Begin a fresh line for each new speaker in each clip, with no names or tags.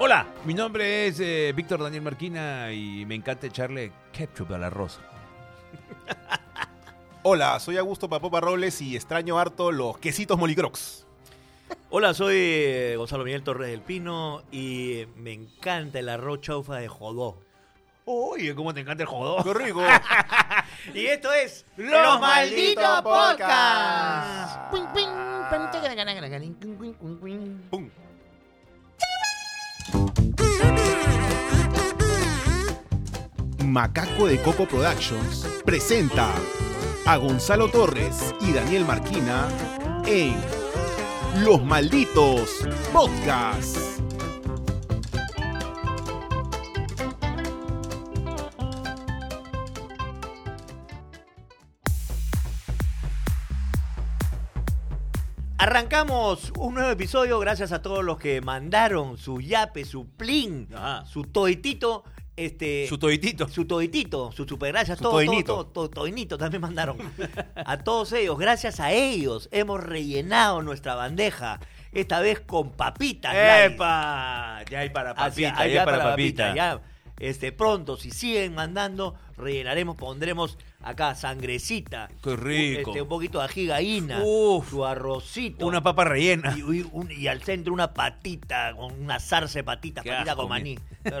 Hola, mi nombre es eh, Víctor Daniel Marquina y me encanta echarle ketchup al arroz.
Hola, soy Augusto Papopa Robles y extraño harto los quesitos molicrocs.
Hola, soy eh, Gonzalo Miguel Torres del Pino y me encanta el arroz chaufa de Jodó.
Oye, cómo te encanta el jodó.
¡Qué rico!
Y esto es
Los
Maldito Podcast.
Puing, puing, pam, chacaracaracarín, cuin, cuin, cuin, cuin.
¡Pum!
Macaco de Coco Productions presenta a Gonzalo Torres y Daniel Marquina en Los Malditos Podcasts.
Arrancamos un nuevo episodio gracias a todos los que mandaron su yape, su plin,
Ajá.
su toitito, este
Su toitito.
su toitito, su supergracias,
Su
todo, todo,
toinito.
todo, todo, toinito también mandaron. A todos ellos, gracias a ellos hemos rellenado nuestra bandeja, esta vez con papitas. Gladys.
¡Epa! Ya hay para
Así,
papita,
allá
ya hay para papita.
ya. Este, pronto, si siguen mandando, rellenaremos, pondremos acá sangrecita.
Qué rico.
Un, este, un poquito de ají gallina.
Uf.
su arrocito.
Una papa rellena.
y, y un- y al centro una patita, con una zarce patita,
Qué
patita
asco,
con maní.
mira.
Qué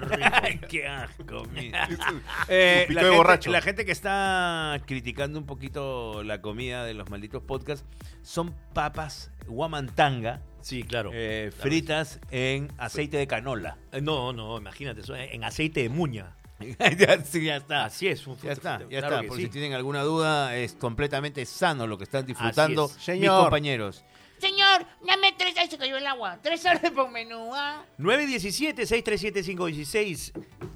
rico.
¡Qué asco,
Un pico de borracho.
Eh, La gente que está criticando un poquito la comida de los malditos podcasts son papas guamantanga
Sí, claro.
eh, fritas en aceite de canola.
Eh, No, no, imagínate, eso en aceite de muña.
ya, sí, ya está.
Así es. un-
Ya está, ya
claro
está.
que
Por
sí.
si tienen alguna duda, es completamente sano lo que están disfrutando
es.
mis
Señor.
compañeros.
Señor, dame tres. Ahí se cayó el agua. Tres horas por menú, ¿ah?
917-637-516.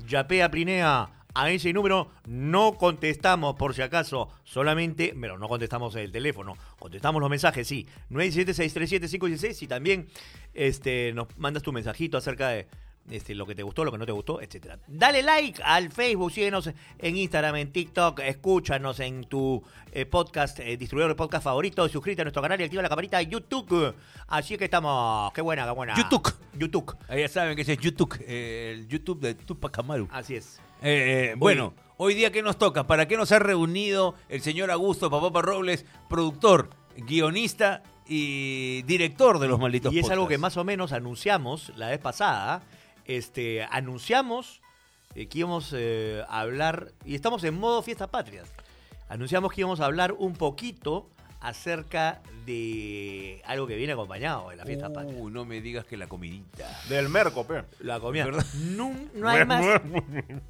Yapea Plinea. A ese número no contestamos, por si acaso. Solamente, pero no contestamos el teléfono. Contestamos los mensajes, sí. 917-637-516. Y también este, nos mandas tu mensajito acerca de este, lo que te gustó, lo que no te gustó, etcétera. Dale like al Facebook, síguenos en Instagram, en TikTok, escúchanos en tu eh, podcast, eh, distribuidor de podcast favorito. Suscríbete a nuestro canal y activa la campanita de YouTube. Así que estamos. Qué buena, qué buena.
YouTube.
YouTube.
Ah, ya saben que ese es YouTube, eh, el YouTube de Tupac Amaru.
Así es.
Eh, eh, bueno, hoy día ¿qué nos toca? ¿Para qué nos ha reunido el señor Augusto Papapa Robles, productor, guionista y director de Los Malditos
y es algo que
Podcasts?
más o menos anunciamos la vez pasada. Este, anunciamos eh, que íbamos eh, a hablar, y estamos en modo fiesta patria. Anunciamos que íbamos a hablar un poquito acerca de algo que viene acompañado de la fiesta patria.
Uh, no me digas que la comidita.
Del merco, pe.
La comida.
¿Verdad?
No, no hay más.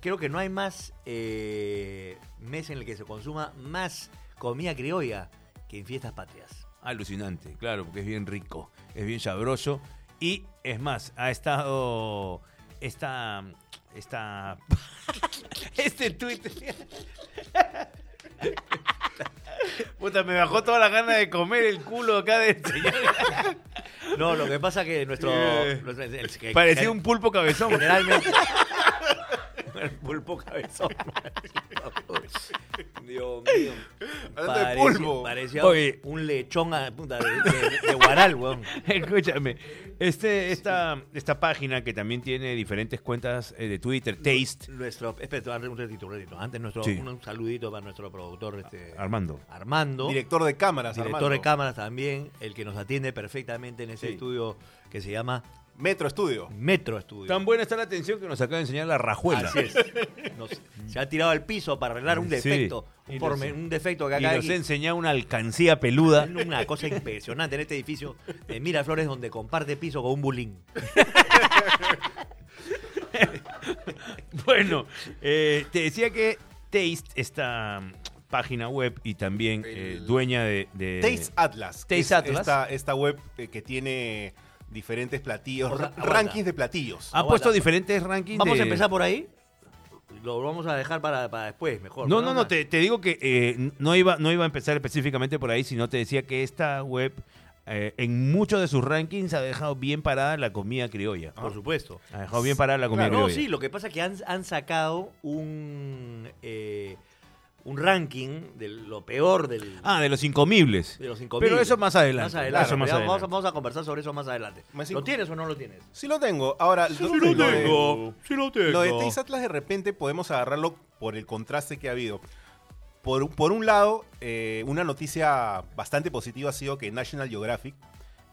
Creo que no hay más eh, mes en el que se consuma más comida criolla que en fiestas patrias.
Alucinante, claro, porque es bien rico, es bien sabroso. Y es más, ha estado esta. esta este tweet. Puta, me bajó toda la gana de comer el culo acá del señor.
No, lo que pasa que nuestro.
Eh,
nuestro- el- el-
Parecía un pulpo cabezón.
Generalmente. El pulpo cabezón. Dios mío.
Hablando de pulpo.
Parecía
Oye.
un lechón a punta de, de- de guaral, weón.
Escúchame, este, esta, esta página que también tiene diferentes cuentas eh, de Twitter, Taste,
Nuestro, espera, te voy a dar un ratito, un ratito. Antes nuestro,
Sí.
un, un saludito para nuestro productor este,
Armando.
Armando.
Director de cámaras,
director
Armando.
de cámaras también, el que nos atiende perfectamente en ese
Sí.
estudio que se llama
Metro Estudio.
Metro Estudio.
Tan buena está la atención que nos acaba de enseñar la rajuela.
Así es. Nos- se ha tirado al piso para arreglar un
Sí.
defecto.
Y
Un, porme-
nos-
un defecto que
Y
acá
nos
hay-
enseña una alcancía peluda.
Una cosa impresionante en este edificio de Miraflores donde comparte piso con un bulín.
Bueno, eh, te decía que Taste, esta mm, página web y también eh,
El-
dueña de, de-
Taste Atlas. que
Taste
es
Atlas.
Esta, esta web eh, que tiene diferentes platillos,
O sea,
ra-
aguanta.
rankings de platillos.
ha puesto diferentes rankings.
Vamos
de-
a empezar por ahí. Lo vamos a dejar para, para después, mejor.
No, no, no, te, te digo que eh, no, iba, no iba a empezar específicamente por ahí, sino te decía que esta web eh, en muchos de sus rankings ha dejado bien parada la comida criolla.
Por supuesto.
Ha dejado bien parada la comida
Ah. no,
criolla.
sí, lo que pasa es que han, han sacado un, eh, un ranking de lo peor del,
Ah, de los incomibles.
de los incomibles.
Pero eso más adelante.
Más adelante.
Eso más
Vamos-
adelante.
Vamos, a conversar sobre eso más adelante.
Más
¿Lo
inco-
tienes o no lo tienes?
Sí lo tengo. Ahora, lo, de-
sí lo
lo de Teis Atlas de repente podemos agarrarlo por el contraste que ha habido. Por, por un lado, eh, una noticia bastante positiva ha sido que National Geographic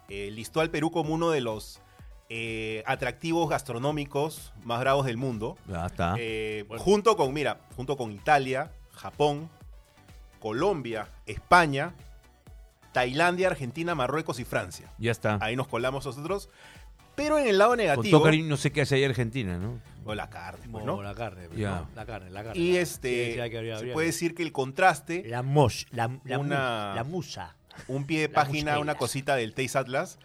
eh, listó al Perú como uno de los eh, atractivos gastronómicos más bravos del mundo.
Ya está.
Eh, Junto con, mira, junto con Italia, Japón, Colombia, España, Tailandia, Argentina, Marruecos y Francia.
ya está.
Ahí nos colamos nosotros. Pero en el lado
Ah. Con
negativo.
todo cariño, no sé qué hace ahí Argentina, ¿no?
o la carne, pues,
¿no?
¿no?
la carne, pues,
Ya.
no, la carne, la carne.
Y
la-
este.
sí, sí, hay que abrir-
se
abrir-
puede decir que el contraste,
La mosh, la, la mu-
Una-
la musa.
un pie de
La
página, una
musquelas.
cosita del Taste Atlas,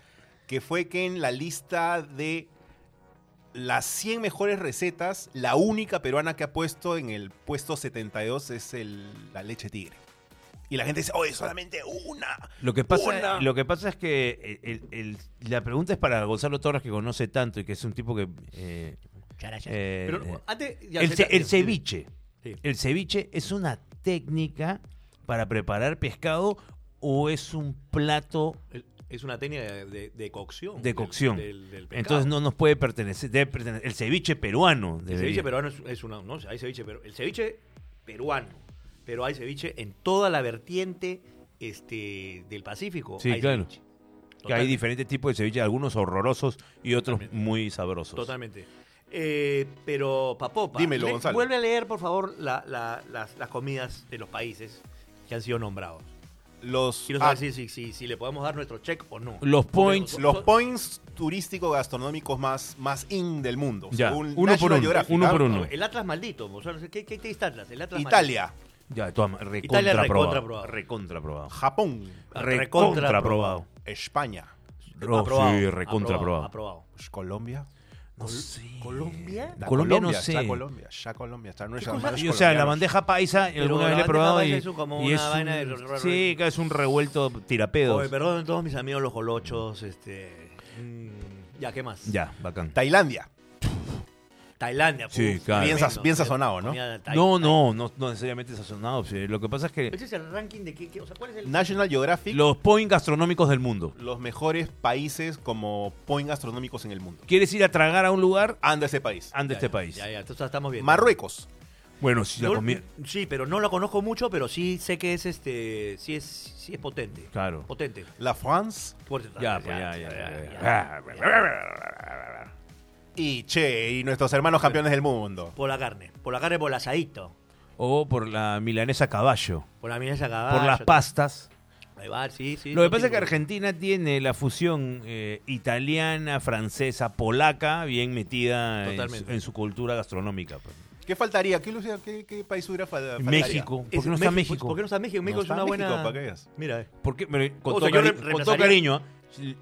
que fue que en la lista de las 100 mejores recetas, la única peruana que ha puesto en el puesto 72 es el- la leche tigre. Y la gente dice, oye, solamente una.
Lo que pasa,
Hola.
lo que pasa es que el- el- el- la pregunta es para Gonzalo Torres, que conoce tanto y que es un tipo que. eh, eh,
Pero
eh,
antes... ya,
el,
se-
ce- el
sí.
ceviche.
Sí.
El ceviche es una técnica para preparar pescado o es un plato.
El- Es una técnica de, de- de cocción.
De
del-
cocción.
del- del pescado.
Entonces no nos puede pertenecer. debe pertenecer- el ceviche peruano.
El
debería.
ceviche peruano es, es una. No, O sea, hay ceviche peruano. El ceviche peruano. Pero hay ceviche en toda la vertiente este, del Pacífico.
Sí,
hay
claro.
ceviche.
Que hay
Total-
diferentes tipos de ceviche, algunos horrorosos y otros
Totalmente.
muy sabrosos.
Totalmente. Eh, pero, Papopa.
Dímelo,
le-
Gonzalo.
Vuelve a leer, por favor, la- la- las, las comidas de los países que han sido nombrados.
Los,
Quiero
ah,
saber si, si, si, si le podemos dar nuestro check o no.
Los points.
los points turísticos gastronómicos más, más in del mundo.
Ya,
según
uno por
National
uno,
Geographic,
uno
¿ah?
por uno.
El Atlas maldito. o sea, ¿Qué, qué te dice Atlas? El Atlas
Italia,
Ya, de todas maneras,
Italia
recontra aprobado.
recontraprobado.
Recontra aprobado.
Japón,
Recontra
Recontra
aprobado.
aprobado.
España, pues
Ro-
maldito. Aprobado,
sí, recontra aprobado.
aprobado. aprobado.
Colombia.
No sé.
¿Colombia?
La
Colombia, no
Colombia,
sé.
Ya Colombia, ya Colombia. Ya no es
cosa?
hermanos
Y, o sea, la
colombianos.
bandeja paisa,
Pero
alguna vez la
la
he
bandeja
probado
paisa
y,
es un- como
y
una
es
vaina
un-
de-
sí, que es un revuelto tirapedos.
Oye, perdón a todos mis amigos los golochos, este... mm, ya, ¿qué más?
Ya, bacán.
Tailandia.
Tailandia.
Sí, claro.
Bien sas- bien sazonado, ¿no?
No, no, no, no necesariamente sazonado. sí. Lo que pasa es que
Ese es el ranking de qué, qué- o sea, ¿cuál es el...?
National Geographic,
los point gastronómicos del mundo.
los mejores países como point gastronómicos en el mundo.
¿Quieres ir a tragar a un lugar?
Anda ese país.
Anda
Ya,
este
ya,
país.
Ya, ya, entonces estamos bien.
Marruecos.
Bueno, si la
No-
comida.
Sí, pero no lo conozco mucho, pero sí sé que es este... Sí es, sí es potente.
Claro.
Potente.
La France.
Fuerte.
Ya, pues ya, ya. ya, ya.
Y che, y nuestros hermanos campeones del mundo.
Por la carne. Por la carne, por el asadito.
O por la milanesa a caballo.
Por la milanesa caballo.
Por las pastas.
Ahí va, sí, Ah, sí.
Lo que
son
pasa es que
típicos.
Argentina tiene la fusión eh, italiana, francesa, polaca, bien metida en su,
Totalmente.
en su cultura gastronómica. pues.
¿Qué faltaría? ¿Qué, Lucía? ¿Qué- qué país hubiera fal- faltaría?
México. ¿Por
Es
qué no está
Meji-
México?
¿Por qué no está México? México es
está
una buena...
México, ¿para qué es?
Mira, eh.
Porque, mire, con,
O
todo
sea, yo
cari-
re-
con todo
reemplazaría-
cariño, ¿ah?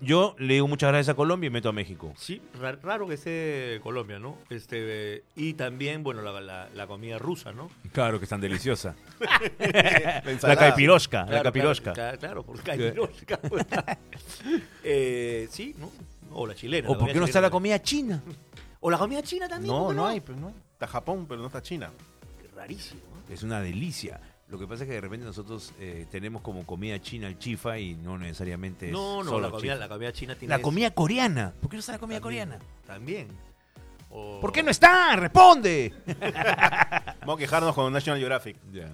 yo le digo muchas gracias a Colombia y meto a México.
Sí, ra- raro que esté Colombia, ¿no? Este eh, y también, bueno, la, la- la comida rusa, ¿no?
Claro que están deliciosas. la
ensalada.
caipirosca, Ah, la
Claro,
caipirosca.
Claro, ca- claro, por caipirosca. pues. Eh, sí, ¿no? O la chilena.
¿O por qué no
chilena
está la
también.
comida china?
O la comida china también. ¿por
No,
qué
no hay, pues no hay. Está Japón, pero no está China.
Rarísimo. ¿eh? ¿no?
Es una delicia. Lo que pasa es que de repente nosotros eh, tenemos como comida china el chifa y no necesariamente es
No, no,
solo
la comida,
chifa.
la comida china tiene.
La
eso
comida coreana. ¿Por qué no está la comida
también,
coreana?
También. O-
¿Por qué no está? ¡Responde!
Vamos a quejarnos con National Geographic.
¿Por qué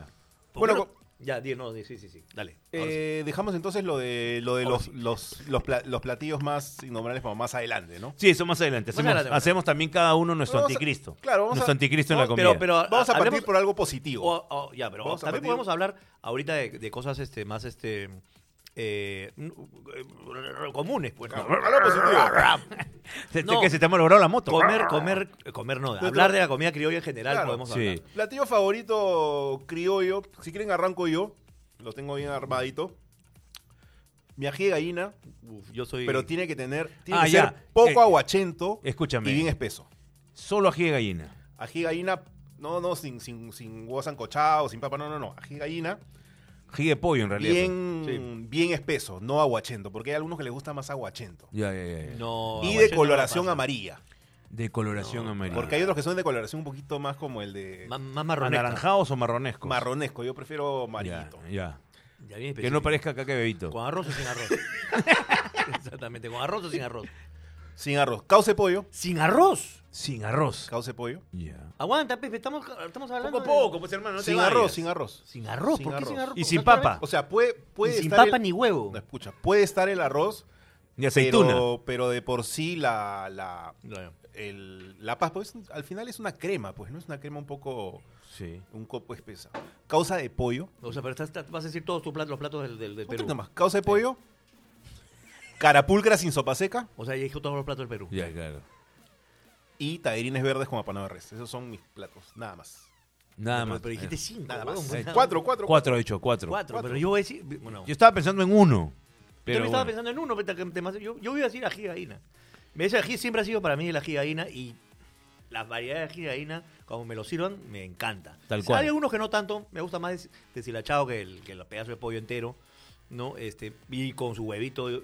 Bueno,
no- Ya, di- no, di- sí, sí, sí. Dale. ahora sí.
Eh, dejamos entonces lo de, lo de
Ahora
los,
sí.
los, los, pla- los platillos más innombrables para más adelante, ¿no?
Sí, eso más adelante.
Más
Hacemos,
adelante, más
hacemos también cada uno nuestro
Vamos a-
anticristo.
claro, vamos
Nuestro
a-
anticristo en la
vamos-
comida.
pero- ah,
Vamos a
hablemos-
partir por algo positivo.
O- o- ya, pero
Vamos a
también
partir-
podemos hablar ahorita de, de cosas este más este eh, n- eh, comunes, pues. ¿no?
Algo positivo.
Se- se-
no.
Este, Que se te ha malogrado la moto.
Comer, comer, eh, comer no. Hablar de la comida criolla en general
Claro.
podemos
Sí.
hablar.
Platillo favorito criollo. Si quieren arranco yo. Lo tengo bien armadito. Mi ají de gallina,
Uf, yo soy.
pero tiene que tener, tiene
Ah,
que
ya.
ser poco
Eh,
aguachento
escúchame.
y bien espeso.
Solo ají de gallina.
Ají de gallina, no, no, sin, sin, sin huevos ancochados, sin papa, no, no, no. Ají de gallina,
Ají de pollo, en realidad.
bien, bien espeso, no aguachento, porque hay algunos que les gusta más aguachento.
Ya, ya, ya, ya.
No,
y
aguachento
de
no
coloración
pasa.
amarilla.
de coloración amarilla.
Porque hay otros que son de coloración un poquito más como el de
Más, más marroneta.
¿Anaranjados o marronescos?
marronesco. Yo
Ya,
prefiero amarillito.
ya.
Ya bien
Que no
específico.
parezca caca de bebito.
Con arroz o sin arroz. Exactamente, con arroz o sin arroz.
Sin arroz. Cauce pollo.
¡Sin arroz!
Sin arroz.
Cauce pollo.
Ya.
Aguanta, Pepe, estamos, estamos hablando.
Poco a
de-
poco, pues hermano, no te
sin
vayas.
arroz, sin arroz.
Sin arroz,
Sin
¿por qué
arroz.
sin arroz?
Y sin
Otra vez.
papa.
O sea, puede, puede
Y sin
estar
papa
el-
ni huevo.
No, escucha, puede estar el arroz,
Ni
pero-
aceituna.
Pero, de por sí la, la,
No,
el- la papa, pues, al final es una crema, pues, ¿no? Es una crema un poco,
Sí.
un poco espesa. Causa de pollo.
O sea, pero estás- estás- vas a decir todos tus platos, los platos del, del, del
Un
Perú.
poquito más. Causa de pollo. Carapulcra sin sopa seca
O sea, ya dijo todos los platos del Perú.
Ya, claro.
y taderines verdes con apanado de res. Esos son mis platos, nada más.
Nada
pero,
más.
pero dijiste cinco.
Nada
huevón,
más.
pues, nada
Cuatro,
más.
cuatro.
Cuatro, he dicho, cuatro.
Cuatro,
cuatro.
pero yo voy a decir. Bueno,
Yo estaba pensando en uno. Pero
yo me estaba
bueno.
pensando en uno, pero te- te- te- yo, yo iba a decir ají de gallina. Me dice ají siempre ha sido para mí el ají de gallina y las variedades de ají de gallina, como me lo sirvan, me encanta.
Tal cual.
Hay algunos que no tanto, me gusta más des- deshilachado que el, que el pedazo de pollo entero, ¿no? Este, y con su huevito.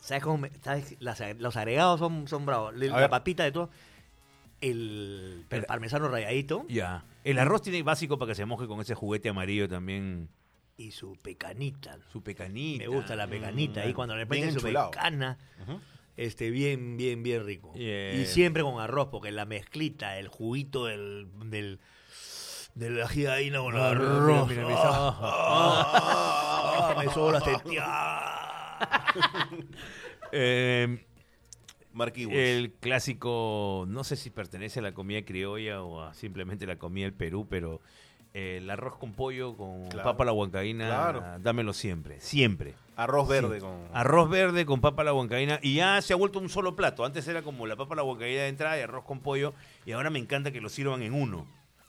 ¿Sabes cómo? me- sabes? Las ag- los agregados son, son bravos. Le-
A
La
ver.
papita de todo. El per-
El-
parmesano rayadito
Ya. El arroz tiene básico para que se moje con ese juguete amarillo también.
y su pecanita.
Su pecanita. Mm.
Me gusta la pecanita. Ahí cuando de repente
Bien
su
enchulado.
pecana. Este, bien, bien, bien rico.
Yeah.
Y siempre con arroz, porque la mezclita, el juguito del. del de la gallina con
Ah, mira,
arroz.
mira,
Ah,
mira,
ah, ah, me sobra tetiá.
Eh,
Marquivos.
el clásico, no sé si pertenece a la comida criolla o a simplemente la comida del Perú, pero eh, el arroz con pollo, con
Claro.
papa a la huancaína,
Claro.
dámelo siempre, siempre.
Arroz verde con.
Arroz verde con papa a la huancaína y ya se ha vuelto un solo plato. Antes era como la papa a la huancaína de entrada y arroz con pollo y ahora me encanta que lo sirvan en uno.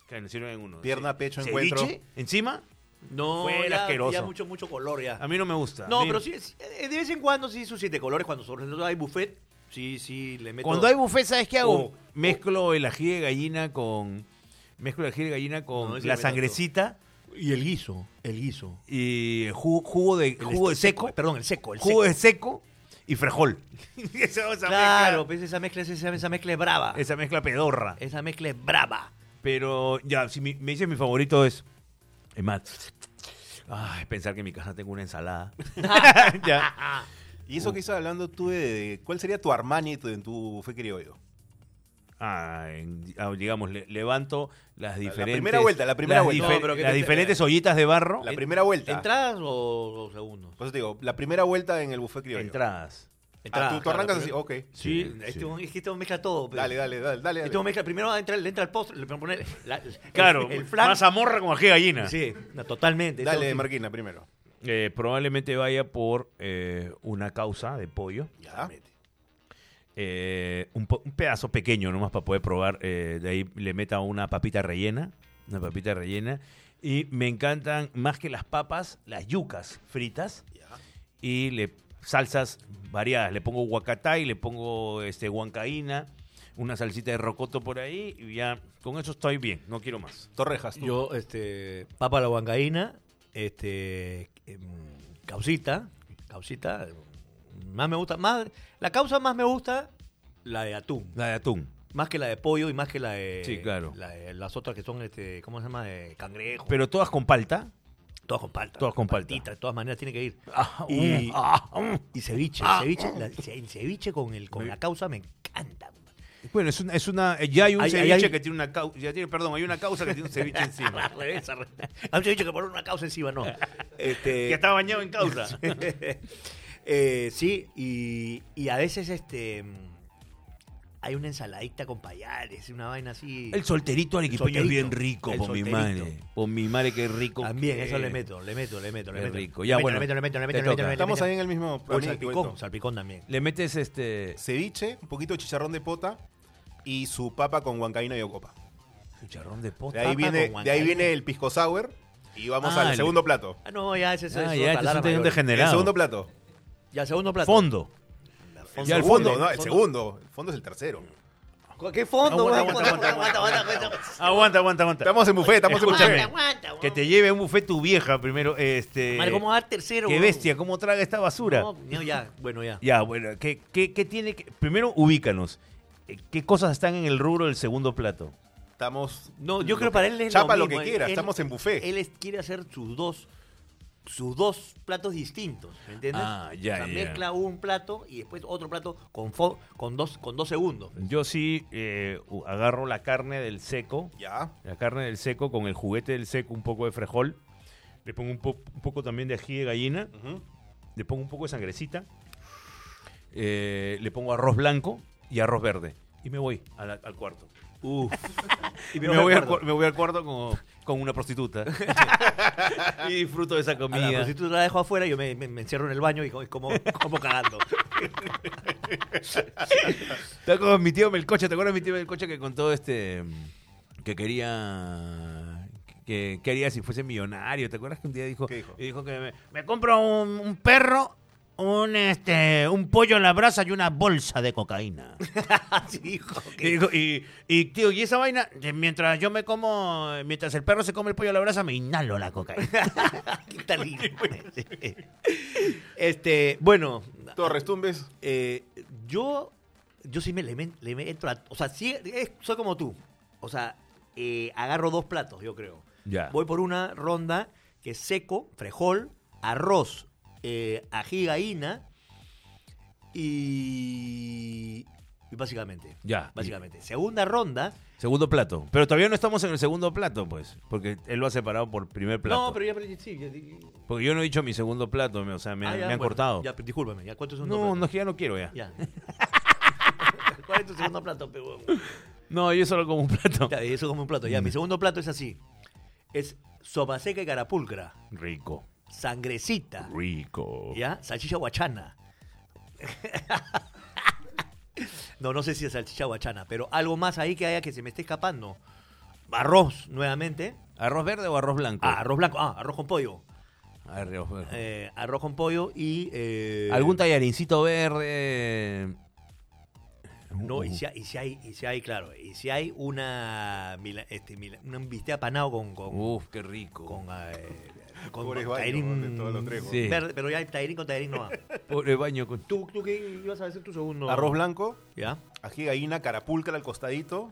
Que lo sirvan en uno.
Pierna,
Ce-
pecho,
ceviche
encuentro.
encima.
No,
Fue
ya,
asqueroso.
ya mucho, mucho color ya.
A mí no me gusta. A
No,
mí-
pero sí, es- eh, de vez en cuando sí, sus siete colores, cuando sobre todo hay buffet, sí, sí, le meto.
Cuando hay buffet, ¿sabes qué hago?
Oh.
mezclo el ají de gallina con. Mezclo el ají de gallina con
No, ese
la
me
sangrecita
Y el guiso, el guiso.
y ju- jugo de,
El
jugo de
este-
seco.
Perdón, el seco, el
jugo
seco.
de seco y frejol. esa, esa
Claro,
mezcla,
pues esa mezcla, es- esa, esa mezcla es brava.
esa mezcla pedorra.
Esa mezcla es brava.
Pero ya, si mi- me dices mi favorito es. Es más. Ay, pensar que en mi casa tengo una ensalada. ya.
Y
Uh.
eso que estás hablando tú de, de- ¿Cuál sería tu Armani tu- en tu fe criollo?
Ah, en- ah, digamos, le- levanto las
la
diferentes.
primera vuelta, la primera
las
vuelta.
dife-
No, pero que
las
te-
diferentes ollitas de barro.
La primera vuelta.
¿Entradas o, o segundos?
Por eso te digo, la primera vuelta en el buffet criollo.
entradas.
Ah,
Entradas,
tú, tú
claro,
arrancas así,
primero-
ok.
Sí,
Sí,
este
sí.
un- es que este un mezcla todo. pero-
Dale, dale, dale, dale.
Este un
dale.
mezcla, primero entra, le entra el postre, le pone la- el-
Claro,
el, flan.
más amorra con ají de gallina.
Sí, no, totalmente. eso
Dale,
sí.
Marquina, primero.
Eh, probablemente vaya por eh, una causa de pollo.
Ya.
Eh, un, po- un pedazo pequeño nomás para poder probar. eh, de ahí le meta una papita rellena. Una papita rellena. Y me encantan más que las papas, las yucas fritas. Y le salsas variadas. Le pongo huacatay, le pongo este huancaína, una salsita de rocoto por ahí. Y ya con eso estoy bien. No quiero más.
Torrejas, tú.
Yo, este, papa a la huancaína, este, em, causita, causita, em, más me gusta, más, la causa más me gusta, la de atún.
La de atún.
Más que la de pollo y más que la de.
Sí, claro.
la de- las otras que son, este, ¿cómo se llama? De cangrejo.
Pero todas con palta.
todas con palta.
todas con palta.
paltita, de todas maneras tiene que ir.
Ah,
Y-
mm, ah, mm.
Y ceviche. ceviche la- el ceviche con, el, con
Me-
la causa uh. Ah, me encanta. compadre.
Bueno, es una, es una, eh, ya hay un
Hay-
ceviche
hay- hay-
que tiene una causa, ya tiene, perdón, hay una causa que tiene un ceviche encima.
Al revés, al revés. A un ceviche que poner una causa encima, no. Este,
Ya está bañado en causa.
Eh, sí, y, y a veces este mm, hay una ensaladita con payares, una vaina así.
El solterito arequipeño es
Solterito.
bien rico,
El
por mi
solterito.
madre. Por mi madre, qué rico. Eh,
También,
que
eso le
es.
meto, le meto, le meto, le
Qué
meto.
rico.
Le
Ya,
meto,
bueno,
le meto, le meto, le
te
meto, le meto,
toca.
le meto.
Estamos ahí en el mismo
O el
plan,
salpicón,
vuelto.
salpicón también.
Le metes este.
Ceviche, un poquito de chicharrón de pota y su papa con huancaína y ocopa.
Chicharrón de
De
pota.
ahí
Papa
viene,
con
de ahí
huancaína.
viene el pisco sour y vamos
Ah,
al
el-
segundo plato.
Ah, no, ya ese, ese
Ah,
es
ya,
otra
este es
alarma
un teniente
mayor.
generado.
El segundo plato.
Ya, segundo plato.
Fondo.
El
Ya, el
segundo,
fondo.
no, el segundo. El fondo es el tercero.
¿Qué fondo?
Aguanta,
güey?
aguanta, aguanta,
aguanta, aguanta, aguanta.
Aguanta, aguanta, aguanta.
Estamos en buffet, estamos en
Escúchame.
buffet.
aguanta, aguanta.
Que te lleve a un buffet tu vieja primero. Este.
Madre, ¿cómo va a tercero?
Qué
güey?
bestia, cómo traga esta basura.
No, no, ya, bueno, ya.
Ya, bueno, ¿qué, qué, qué tiene que.? Primero, ubícanos. eh, ¿qué cosas están en el rubro del segundo plato?
Estamos.
No, yo
lo
creo para él es
Chapa
lo,
lo,
mismo.
que quiera,
Él-
estamos en buffet.
Él es- quiere hacer sus dos sus dos platos distintos, ¿me entiendes?
Ah, ya,
O sea,
ya.
mezcla un plato y después otro plato con fo- con dos con dos segundos.
Yo sí eh, u- agarro la carne del seco,
ya.
la carne del seco con el juguete del seco, un poco de frejol, le pongo un, po- un poco también de ají de gallina,
Ujú.
le pongo un poco de sangrecita, eh, le pongo arroz blanco y arroz verde. Y me voy a la- al cuarto.
Y
Me voy, al, cu- me voy al cuarto con, con una prostituta. y disfruto de esa
A la
comida.
prostituta la dejo afuera y yo me, me- me encierro en el baño y co- como, como cagando.
Está como mi tío Melcocha, ¿te acuerdas de mi tío Melcocha que contó este que quería que quería si fuese millonario? ¿Te acuerdas que un día dijo,
¿Qué dijo?
y dijo que me, me compro un, un perro, un este, un pollo en la brasa y una bolsa de cocaína?
Así dijo.
Y, dijo, y, y, tío, y esa vaina, de mientras yo me como, mientras el perro se come el pollo a la brasa, me inhalo la cocaína.
Qué tal y- este, bueno,
Torres Tumbes.
eh, yo, yo sí me le, men- le me- entro a, O sea, sí, es- soy como tú. O sea, eh, agarro dos platos, yo creo.
Ya.
Voy por una ronda que es seco, frejol, arroz, eh, ají de gallina y... y básicamente.
Ya.
Básicamente. Segunda ronda.
Segundo plato. Pero todavía no estamos en el segundo plato, pues. Porque él lo ha separado por primer plato.
No, pero ya... pero ya- sí, ya-
Porque yo no he dicho mi segundo plato, me- o sea, me,
Ah,
han-
ya,
me han
bueno,
cortado.
Ya, pero discúlpame, ¿ya cuántos son
No, no, es que ya no quiero ya.
Ya. ¿Cuál es tu segundo plato, pe, huevón?
No, yo solo como un plato.
Ya, Eso como un plato.
Mm.
Ya, mi segundo plato es así. Es sopa seca y carapulcra,
Rico,
sangrecita,
rico.
¿ya? Salchicha guachana. No, no sé si es salchicha guachana, pero algo más ahí que haya que se me esté escapando. Arroz, nuevamente.
¿Arroz verde o arroz blanco?
Ah, arroz blanco. Ah, arroz con pollo.
Arroz verde.
Eh, arroz con pollo y... eh,
¿Algún tallarincito verde?
No,
Uh,
y si hay, y si hay, y si hay, claro, y si hay una, mila- este, mila- un bistec apanado con, con,
Uf, qué rico.
con, eh, con
Pobres baños,
tallarín
de todos los tres,
Sí.
weón.
verde, pero ya el tallarín con tallarín no va.
Pobre baño con...
¿Tú, tú qué ibas a decir tu segundo?
Arroz blanco,
¿Ya?
ají de gallina, carapulcra al costadito.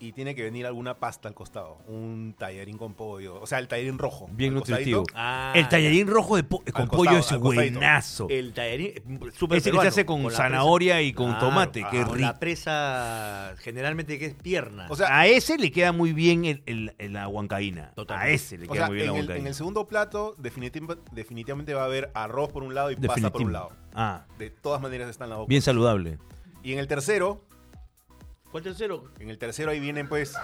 Y tiene que venir alguna pasta al costado. Un tallarín con pollo. O sea, el tallarín rojo.
Bien
al costadito.
nutritivo.
Ah,
el tallarín rojo de po- con
costado,
pollo es
al costadito.
buenazo.
El tallarín, súper
Ese que se
peruano,
hace con,
la presa.
zanahoria y con
Claro,
tomate,
ah,
qué
con
rico.
La presa generalmente que es pierna.
O sea,
a ese le queda muy bien el, el- el- la huancaína. A
Totalmente.
ese le
o
queda
sea,
muy
en,
bien la
el,
huancaína.
en el segundo plato definitiv- definitivamente va a haber arroz por un lado y pasta por un lado.
Definitivo. Ah,
De todas maneras está en la boca.
bien saludable.
Y en el tercero,
¿Cuál tercero?
en el tercero ahí vienen pues...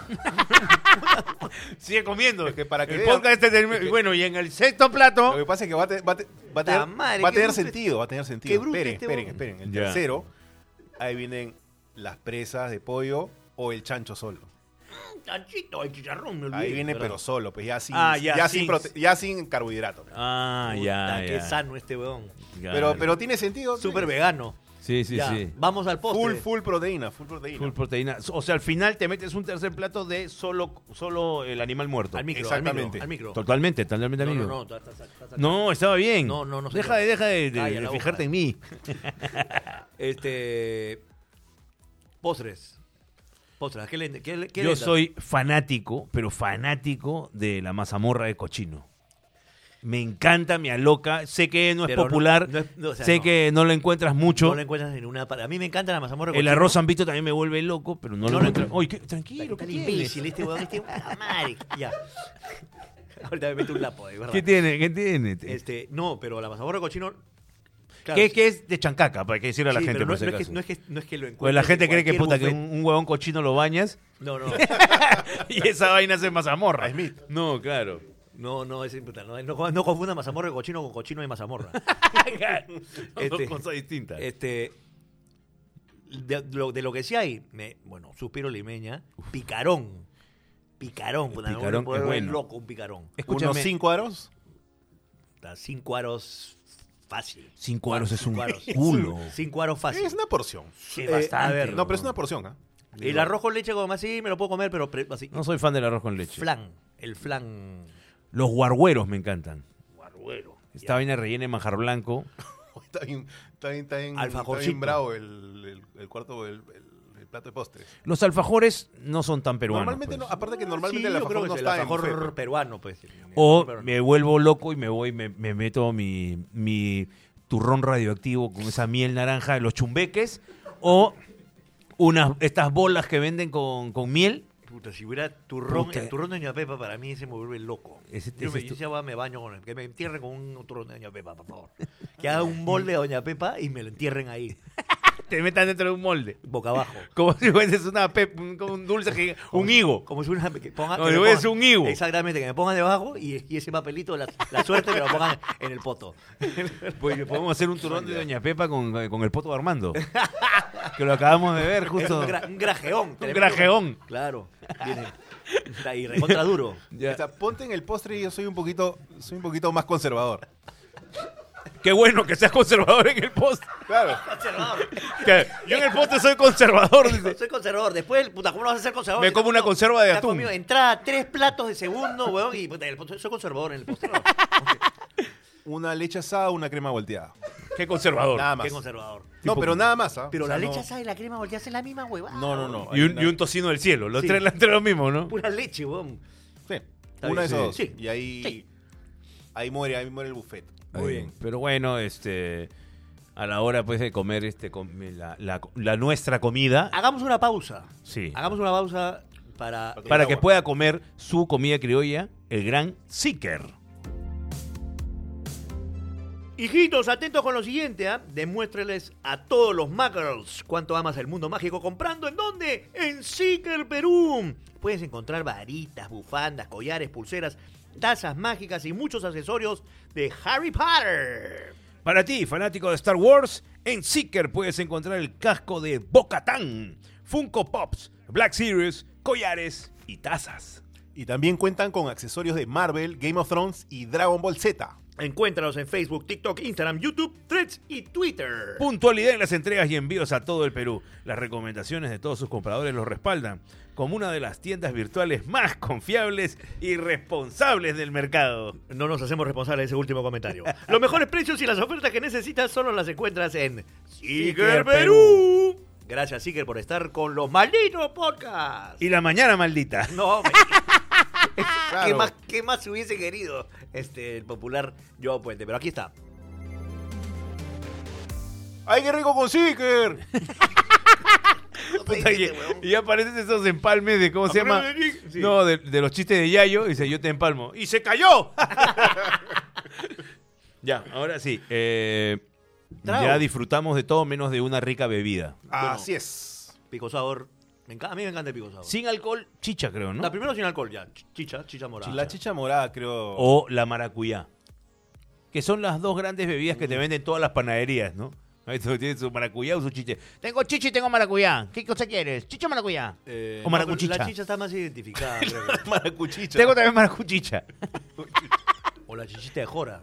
Sigue comiendo.
Es que para que
el
vean-
podcast este termina- Bueno, y en el sexto plato.
Lo que pasa es que va a, te- va a te- va a
Ta
tener,
madre,
va a
qué
tener
bruto
este
sentido, va a tener sentido.
qué bruto
esperen,
este
esperen,
huevón.
esperen. El
Ya.
tercero, ahí vienen las presas de pollo o el chancho solo.
Chanchito, el chicharrón, me olvidé.
Ahí viene
¿verdad?
pero solo, pues ya sin,
Ah, ya
ya
sin-
sin, prote- ya sin carbohidrato.
Ah,
Puta,
ya,
Qué
ya.
sano este weón.
Claro.
Pero, pero tiene sentido.
Súper
tiene-
vegano.
Sí, sí,
Ya,
sí.
Vamos al
Full,
postre.
este.
full proteína, full proteína.
Full proteína. O sea, al final te metes un tercer plato de solo, solo el animal muerto.
Al micro,
Exactamente.
al micro. Al micro.
Totalmente, totalmente
No,
amigo.
no, no, ta- ta- ta- ta- ta-
No, estaba bien.
No, no, no,
Deja
señor.
de, deja de, de-
Calla
de
la boca.
fijarte en mí.
Este. Postres. Postres. ¿Qué le, qué, le- qué
Yo
le das?
soy fanático, pero fanático de la mazamorra de cochino. Me encanta, me aloca. Sé que no es
Pero no-
popular,
no es- no, o sea,
sé
no.
que no lo encuentras mucho.
No lo encuentras en una. par- A mí me encanta la mazamorra.
el arroz ambito también me vuelve loco, pero no, lo
No lo
encuentras.
encuentro.
Oye, qué- tranquilo, ¿qué
Está
tienes?
imbécil este weón. Este la madre. Ya. Ahorita me meto un lapo, de verdad.
¿Qué tiene? ¿Qué tiene?
Este, no, pero la mazamorra de cochino. claro,
¿Qué, qué es de chancaca? Para que decirle a la
sí,
gente,
pero
por
no,
si
no es
acaso.
que, no, es que, no es que lo encuentres.
Pues la gente
en
cree que puta
cualquier
que un,
buffet.
un huevón cochino lo bañas
No, no.
y esa vaina se mazamorra. No, claro.
No, no, es, puta, no, no, no confunda mazamorra de cochino con cochino de mazamorra.
Son dos
Este-
cosas distintas.
Este. De lo, de lo que sí hay, me- bueno, suspiro limeña, picarón. Picarón, pues, puta, me voy a
picarón
volver
es bueno.
loco un picarón.
Escúchame.
Unos cinco aros.
Puta, Cinco aros fácil.
Cinco aros es un
Cinco aros.
culo.
Cinco aros fácil.
Es una porción.
Sí,
Eh,
bastante.
a ver,
No, pero es una porción, ¿ah?
El arroz con leche como así me lo puedo comer, pero pre- así.
No soy fan del arroz con leche.
Flan. El flan.
Los guargueros me encantan.
Guarguero.
Esta vaina rellena de manjar blanco.
Está bien, está bien, está bien, está bien
Alfajorcito.
bravo el, el- el cuarto, el, el- el plato de postres.
Los alfajores no son tan peruanos.
normalmente,
pues.
no, aparte que normalmente
Ah, Sí,
el
yo
alfajor
creo que
no
es
está
el
en buffet,
alfajor
pero-
peruano, pues.
O
Peruano.
me vuelvo loco y me voy, me, me meto mi, mi turrón radioactivo con esa miel naranja de los chumbeques. O unas, estas bolas que venden con, con miel.
Puta, si hubiera turrón,
Puta.
el turrón de Doña Pepa para mí ese me vuelve loco.
Ese-
yo
ese
me,
es tu-
yo ya va, me baño con que me entierren con un turrón de Doña Pepa, por favor. Que haga un molde de Doña Pepa y me lo entierren ahí,
Te metan dentro de un molde.
boca abajo.
Como si fueses una pep- un, como un dulce, que- un higo.
Como si una que ponga,
No,
que
le
me
voy a
pongan-
hacer un higo.
Exactamente, que me pongan debajo y, y ese papelito, la, la suerte que lo pongan en el poto.
Pues podemos hacer un turrón de Doña Pepa con, con el poto de Armando. que lo acabamos de ver justo.
Un, gra- un grajeón. tremendo.
grajeón.
Claro. Viene, está ahí, recontra duro.
Ya.
O sea, ponte en el postre y yo soy un poquito, soy un poquito más conservador.
Qué bueno que seas conservador en el post.
Claro.
Conservador.
Que yo en el postre soy conservador. dice.
Soy conservador. Después, puta, ¿cómo no vas a ser conservador?
Me
Si te
como
has
una
comido-
conserva de
te has
atún.
comido entrada, tres platos de segundo, weón, y puta, el postre- soy conservador en el postre.
Una leche asada, una crema volteada.
Qué conservador.
Nada
Qué
más.
conservador.
No, pero nada más, ¿ah?
Pero
O sea,
la
no-
leche asada y la crema volteada es la misma huevada.
No, no, no.
Y un, y un tocino del cielo. Los
Sí.
tres, los tres lo mismo, ¿no?
Pura leche, weón.
Sí,
Está
una de esas
bien,
dos.
sí. Sí.
Y ahí,
Sí.
ahí muere, ahí muere el buffet.
Ahí. Pero bueno, este. A la hora pues de comer este com- la, la- la nuestra comida.
Hagamos una pausa.
Sí.
Hagamos una pausa para...
Para
Para tomar
que
agua.
pueda comer su comida criolla, el gran Seeker.
Hijitos, atentos con lo siguiente, ¿ah? Demuéstreles a todos los mackerels cuánto amas el mundo mágico comprando en dónde? En Seeker Perú. Puedes encontrar varitas, bufandas, collares, pulseras, tazas mágicas y muchos accesorios de Harry Potter.
Para ti, fanático de Star Wars, en Seeker puedes encontrar el casco de Bocatán, Funko Pops, Black Series, collares y tazas.
Y también cuentan con accesorios de Marvel, Game of Thrones y Dragon Ball Z.
Encuéntranos en Facebook, TikTok, Instagram, YouTube, Threads y Twitter.
Puntualidad en las entregas y envíos a todo el Perú. Las recomendaciones de todos sus compradores los respaldan como una de las tiendas virtuales más confiables y responsables del mercado.
No nos hacemos responsables de ese último comentario. Los mejores precios y las ofertas que necesitas solo las encuentras en Seeker Perú. Gracias, Seeker, por estar con los malditos podcasts.
Y la mañana maldita.
No, me- ¿qué,
Claro.
más, ¿qué más hubiese querido este, el popular Joao Puente? Pero aquí está.
¡Ay, qué rico con Seeker!
Puta, y, y aparecen esos empalmes de cómo se llama.
Sí.
No, de, de los chistes de Yayo. y Dice, yo te empalmo. ¡Y se cayó! ya, ahora sí. eh,
Trago.
ya disfrutamos de todo menos de una rica bebida.
Así es.
Pico sabor. Me encanta- a mí me encanta el pico sabor.
Sin alcohol, chicha, creo, ¿no?
La primero sin alcohol ya. Ch- Chicha, chicha morada.
La chicha morada, creo.
o la maracuyá. Que son las dos grandes bebidas que te venden todas las panaderías, ¿no? Ahí tú Tienes su maracuyá o su chiche. Tengo chicha y tengo maracuyá. ¿Qué cosa quieres? ¿Chicha o maracuyá? o
Eh,
No, pero
maracuchicha.
La chicha está más identificada. creo que.
Maracuchicha.
Tengo también maracuchicha.
O la chichita de jora.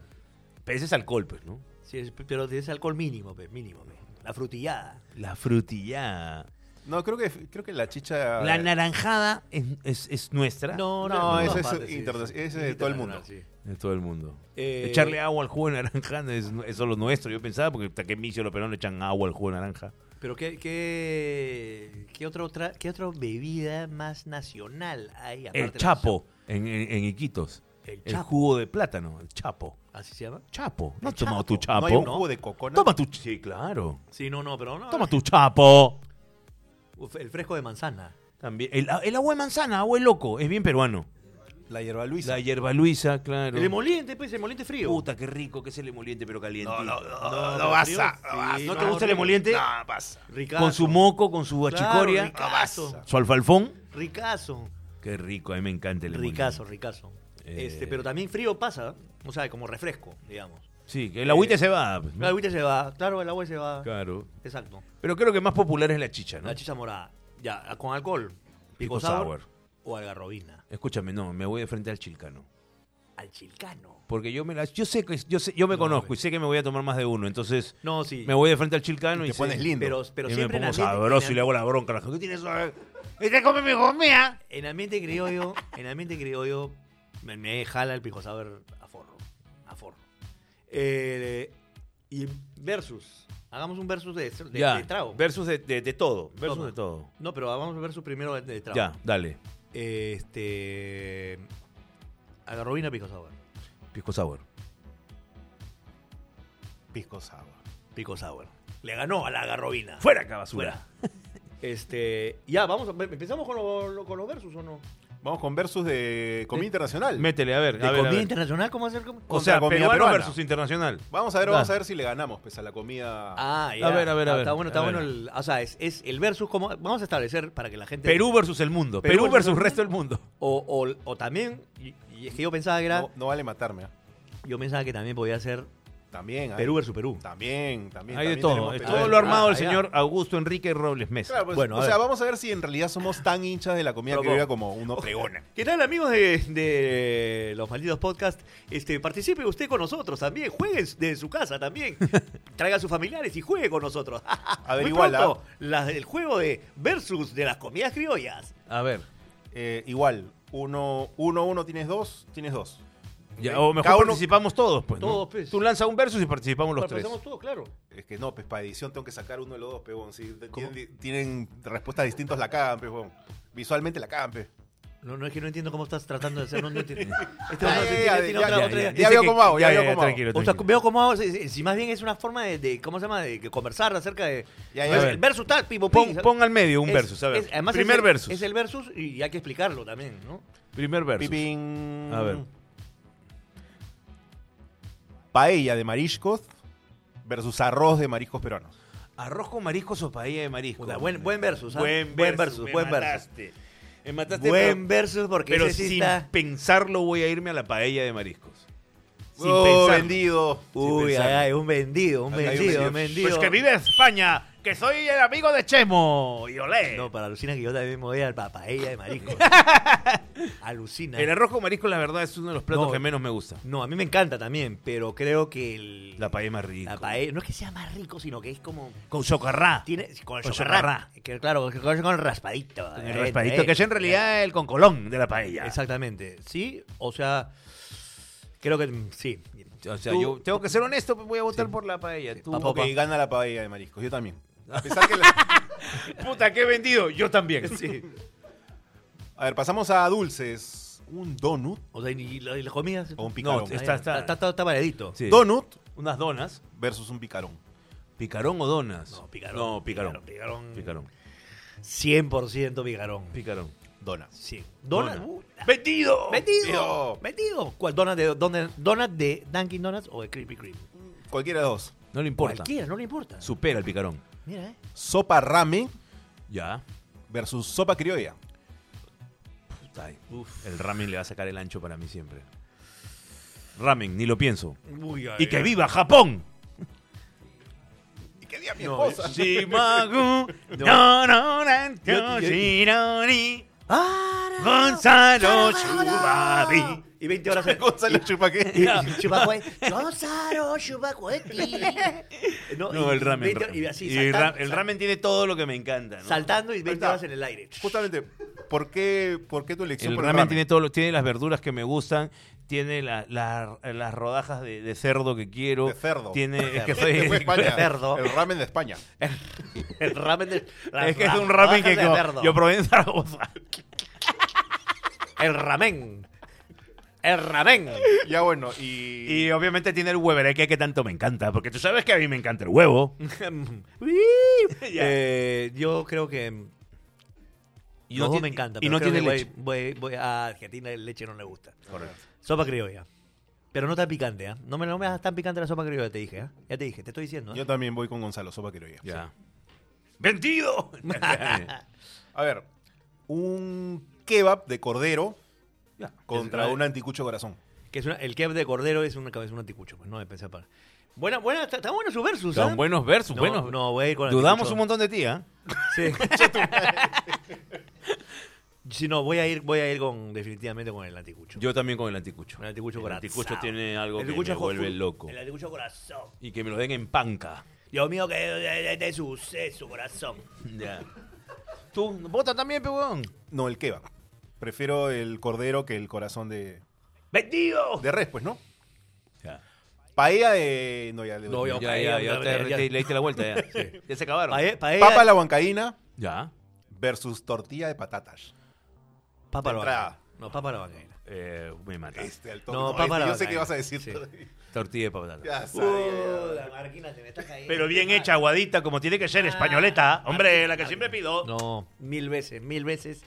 Pero ese es alcohol, pues, ¿no?
Sí, es- pero es alcohol mínimo, pe, mínimo. pe. La frutillada.
La frutillá.
No, creo que, creo que la chicha. eh,
La naranjada es, es- es nuestra.
No,
No,
en
ese
todas
es
partes, sí,
interna-
sí.
ese es de todo el mundo.
Sí.
De todo el mundo.
Eh,
Echarle agua al jugo de naranja no es, es solo nuestro. Yo pensaba, porque hasta que misio los peruanos le echan agua al jugo de naranja.
Pero ¿qué, qué, qué, otra, otra, qué otra bebida más nacional hay? aparte de
El
la
chapo en, en- en Iquitos.
El
El,
chapo.
jugo de plátano. El chapo.
chicha? ¿Así se llama?
Chapo. No
El
has tomado tu
chapo.
chapo.
No hay un jugo de cocona.
Toma tu. Sí, claro.
Sí, no, no, pero no.
Toma tu chapo.
Uf, El fresco de manzana.
También. El, el agua de manzana, agua de loco. Es bien peruano.
La hierba Luisa.
La hierba luisa, claro.
El emoliente, pues, el emoliente frío.
Puta, qué rico que es el emoliente, pero caliente.
No,
No,
pero
vas
frío,
a-
sí,
¿No te gusta el emoliente?
No, pasa.
Ricazo.
Con su moco, Ah, con su
Claro,
achicoria,
ricazo,
su alfalfón.
ricazo.
Qué rico, a mí me encanta el emoliente.
Ricazo, ricazo.
Eh.
Este, pero también frío pasa, ¿eh? o sea, como refresco, digamos.
Sí, que el agüita se va. pues, ¿no?
La agüita se va, claro, el agua se va.
Claro.
Exacto.
Pero creo que más popular es la chicha, ¿no?
La chicha morada. Ya, con alcohol. Pico
Pico
sour.
sour.
O algarrobina.
Escúchame, no, me voy de frente al chilcano.
Al chilcano.
Porque yo me la, yo sé que yo sé, yo me conozco y sé que me voy a tomar más de uno, entonces
No, sí.
me voy de frente al chilcano y,
Te
sé-
pones lindo.
Pero, pero
y me
siempre
pongo
en ambiente,
sabroso y
en,
le hago la bronca a la gente. ¿Qué tienes? eh, ¿Y te come mi comida?
en ambiente criollo, en ambiente criollo, me, me jala el pico sour a forro. A forro. Eh, y versus Hagamos un versus de, de-
ya.
de trago.
Versus de, de- de todo. Versus
Todo.
de todo.
no, pero hagamos un versus primero de, de trago.
Ya, dale.
Este. Agarrobina Pico Sour.
Pisco Sour.
Pisco sour.
Pico Sour. Le ganó a la Agarrobina.
Fuera acá, basura.
Este. Ya, vamos. a- ¿Empezamos con, lo- lo- con los versus o no?
Vamos con versus de comida internacional.
Métele, a ver.
¿De
a ver, a
comida
ver.
internacional? ¿Cómo hacer?
O
Contra
sea,
comida
peruano
peruana.
versus internacional.
Vamos a ver, vamos
Da.
a ver si le ganamos pues, a la comida.
Ah,
A ver, a ver, a
Ah,
ver,
Está bueno, está
a
bueno.
ver.
el- o sea, es, es el versus. Como, vamos a establecer para que la gente.
Perú versus el mundo.
Perú
Perú,
versus
versus
el
el resto del mundo.
O, o- o también. Y, y es que yo pensaba que era.
no, no vale matarme. ¿ah?
Yo pensaba que también podía ser
También. hay-
Perú versus Perú.
También, también.
Hay de
también
todo.
tenemos
Es
Perú.
Todo
Ah,
lo ha armado el
ya.
señor Augusto Enrique Robles Mesa.
Claro, pues,
Bueno, a
o
ver.
sea, vamos a ver si en realidad somos tan hinchas de la comida
Propo.
criolla como uno pregona.
¿Qué tal amigos de, de los malditos podcast? Este, participe usted con nosotros también, juegue desde su casa también, traiga a sus familiares y juegue con nosotros. Muy
Averíguala.
pronto,
¿ah?
las del juego de versus de las comidas criollas.
A ver.
Eh, igual, uno, uno, uno, tienes dos, tienes dos.
Ya, o
Cada
mejor
uno-
participamos todos, pues. ¿no?
Todos, pues.
Tú lanzas un versus y participamos los tres.
Empezamos todos, claro.
Es que no, pues para edición tengo que sacar uno de los dos, pebón. Si tienen, tienen respuestas distintas, la cagan, pebón. Visualmente la cagan, pe.
No, no es que no entiendo cómo estás tratando de hacer, no, no entiendo. Este
Eh,
Ya, ya,
hombre tiene-
ya, ya,
tiene otra-
ya,
otra-
ya,
dice
ya veo
que-
cómo hago, ya veo cómo hago.
tranquilo,
O sea,
tranquilo.
veo cómo hago- si- si más bien es una forma de, de- ¿cómo se llama? De, que conversar acerca de
Ya,
ya,
Es
ya.
el versus tal, pipo,
Pon,
pin.
pon al medio un
Es-
versus, a ver.
es- además
Primer
es el,
versus.
Es el versus y hay que explicarlo también, ¿no?
Primer versus.
Pipín.
A ver.
Paella de mariscos versus arroz de mariscos peruanos.
¿Arroz con mariscos o paella de mariscos?
Puta, buen- buen versus, ¿ah?
Buen
Buen
versus,
versus,
me
buen versus.
mataste. Me mataste,
Buen versus porque
pero, pero
ese sí
sin
está-
pensarlo voy a irme a la paella de mariscos. Sin
Oh,
pensarlo.
vendido.
Uy,
pensarlo.
ay, ay, un vendido, un
Ay, ay, un
vendido,
vendido.
un vendido.
en Pues España, que soy el amigo de Chemo. Y olé.
No, para alucina que yo también me voy al papaella de marisco. alucina.
el arroz con mariscos, la verdad, es uno de los platos
No.
que menos me gusta.
No, a mí me encanta también, pero creo que el...
La paella es más rica.
la paella- No es que sea más rico, sino que es como...
Con socarrá.
Tiene, con el
Con
chocarrá. Que, claro, que con, con el raspadito.
Con el
adentro,
raspadito,
eh.
que es en realidad el concolón de la paella.
Exactamente. Sí, o sea... Creo que mm, sí.
O sea,
Tú-
yo tengo que ser honesto, pues voy a votar por la paella. Tú-
Pa- pa-
Ok,
Papá.
gana la paella de mariscos, yo también. A pesar que la-
Puta, qué vendido. Yo también.
Sí.
A ver, pasamos a dulces. Un donut.
O sea, y, la- y las comidas.
O un
No,
picarón.
está,
Está,
está.
está, está, variadito.
Sí.
Donut
Unas donas.
versus un picarón.
¿Picarón o donas?
No, picarón.
No, picarón.
Picarón.
Picarón.
100% picarón.
Picarón.
Dona.
Sí. Donut.
Donut.
uh,
¡Vendido!
Metido.
Tío.
Metido. ¿Cuál donut de, donde, donut de Dunkin' Donuts o de Krispy Kreme?
Cualquiera de dos.
No le importa.
Cualquiera, no le importa.
Supera el picarón.
Mira, eh.
Sopa ramen
Ya.
versus sopa criolla.
Puta, ay, uf. El ramen le va a sacar el ancho para mí siempre. Ramen, ni lo pienso. ¡Y que viva Japón!
¿Y qué día mi
No,
esposa?
Shimagu,
No.
Dororan,
Yo- yo-
Yoshironi,
¡Ah!
Gonzalo Chubabi.
Y 20 horas.
Gonzalo Chupaqué.
Chupacue. Gonzalo Chupacuetti.
No, el ramen.
20 horas- Y así,
Y el ra-
saltando,
el ramen tiene todo lo que me encanta. ¿no?
Saltando y 20
Ahí está.
horas en el aire.
Justamente, ¿por qué, ¿por qué tu elección
El
por
ramen, tiene todo, lo- tiene las verduras que me gustan, tiene la- la- las rodajas de, de cerdo que quiero.
De cerdo.
Tiene, es que
Este fue
soy-
España,
cerdo.
El ramen de España.
El ramen de. las
es que es un
rajas
ramen que
de
como-
cerdo.
yo probé en Zaragoza.
El ramen. El ramen.
Ya bueno, y,
Y obviamente tiene el huevereque que tanto me encanta, porque tú sabes que a mí me encanta el huevo.
Eh, yo creo que.
Y
los
no
dos
tiene-
me encanta.
y no tiene leche.
Voy, voy a Argentina y leche no le gusta. Sopa criolla. Pero no tan picante, ¿ah? No me, no me hagas tan picante la sopa criolla, te dije, ¿ah? Ya te dije, te estoy diciendo. ¿ah?
yo también voy con Gonzalo, sopa criolla.
Ya. ¡Vendido!
A ver, un kebab de cordero contra
Es-
un anticucho corazón.
Que es una- el kebab de cordero es una cabeza, un anticucho, pues no de pensar para. Buena, buena, está, está bueno su versus, ¿ah?
Son buenos versos,
No,
buenos.
no, voy a ir con
Dudamos
anticucho.
un montón de ti, ¿ah?
Sí. si no, voy a ir, voy a ir con, definitivamente con el anticucho.
Yo también con el anticucho.
el anticucho
El
corazón.
anticucho tiene algo
El
que
anticucho
me vuelve
corazón.
loco.
El anticucho corazón.
Y que me lo den en panca.
Dios mío, que de, de- de suceso, corazón.
Ya. Tú, vota también, peón.
No, el kebab. Prefiero el cordero que el corazón de,
¡Vendido!
de res, pues, ¿no? Paella de. No, ya le
No,
Ya,
ya,
ya, ya,
ya,
te-
ya.
te- le diste la vuelta ya. Ya se acabaron.
Pae- paella-
Papa a la huancaína
Ya.
versus tortilla de patatas.
Papa a la
entrada.
banquera. No, papa a la banquera.
Eh, me mata.
Este, al toque. No,
No, papa
este,
a la
yo sé qué
huancaína.
vas a decir.
Sí.
Tortilla de patata.
Ya sabía, ya.
Pero bien hecha, aguadita, como tiene que ser, españoleta. Hombre, la que siempre pido.
Ah. No, mil veces, mil veces.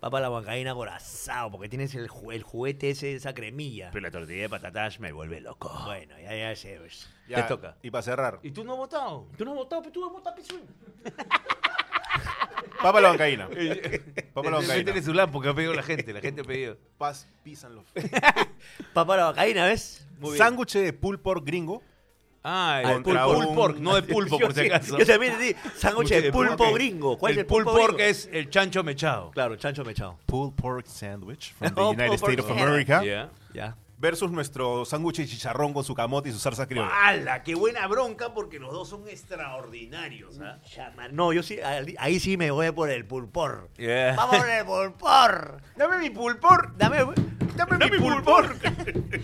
Papa a la bancaína corazado, porque tienes el, ju- el juguete ese, esa cremilla.
Pero la tortilla de patatas me vuelve loco.
Bueno, ya, ya, sé, pues.
Ya,
Te toca.
Y para cerrar,
¿Y tú no has votado? ¿Tú no has votado? Pero tú has votado, piso.
papa a la bancaína. papa a la
Métele
bancaína.
su lampo que ha pedido la gente. La gente ha pedido.
Paz, pisan los.
Papa a la bancaína, ¿ves?
Sándwich de pulpo gringo.
Ah,
Al
el pulpo.
pulpo.
Pulled pork, no de pulpo, por si acaso.
Yo también sí, sándwich de
de
pulpo
pulpo.
gringo. ¿Cuál es el
pulled
pulpo
pork
gringo?
es el chancho mechado.
Claro, chancho mechado.
Pulled pork sandwich from
the Oh, United pulled pork States of sandwich. America.
Yeah.
Ya.
Versus nuestro sándwich de chicharrón con su camote y su salsa
Ah.
criolla.
¡Hala! ¡Qué buena bronca! Porque los dos son extraordinarios. ¿ah?
Chama- No, yo sí, ahí ahí sí me voy por el pulpor.
Yeah.
Vamos por el pulpor.
¡Dame mi pulpor!
Dame,
¡Dame, mi pulpor!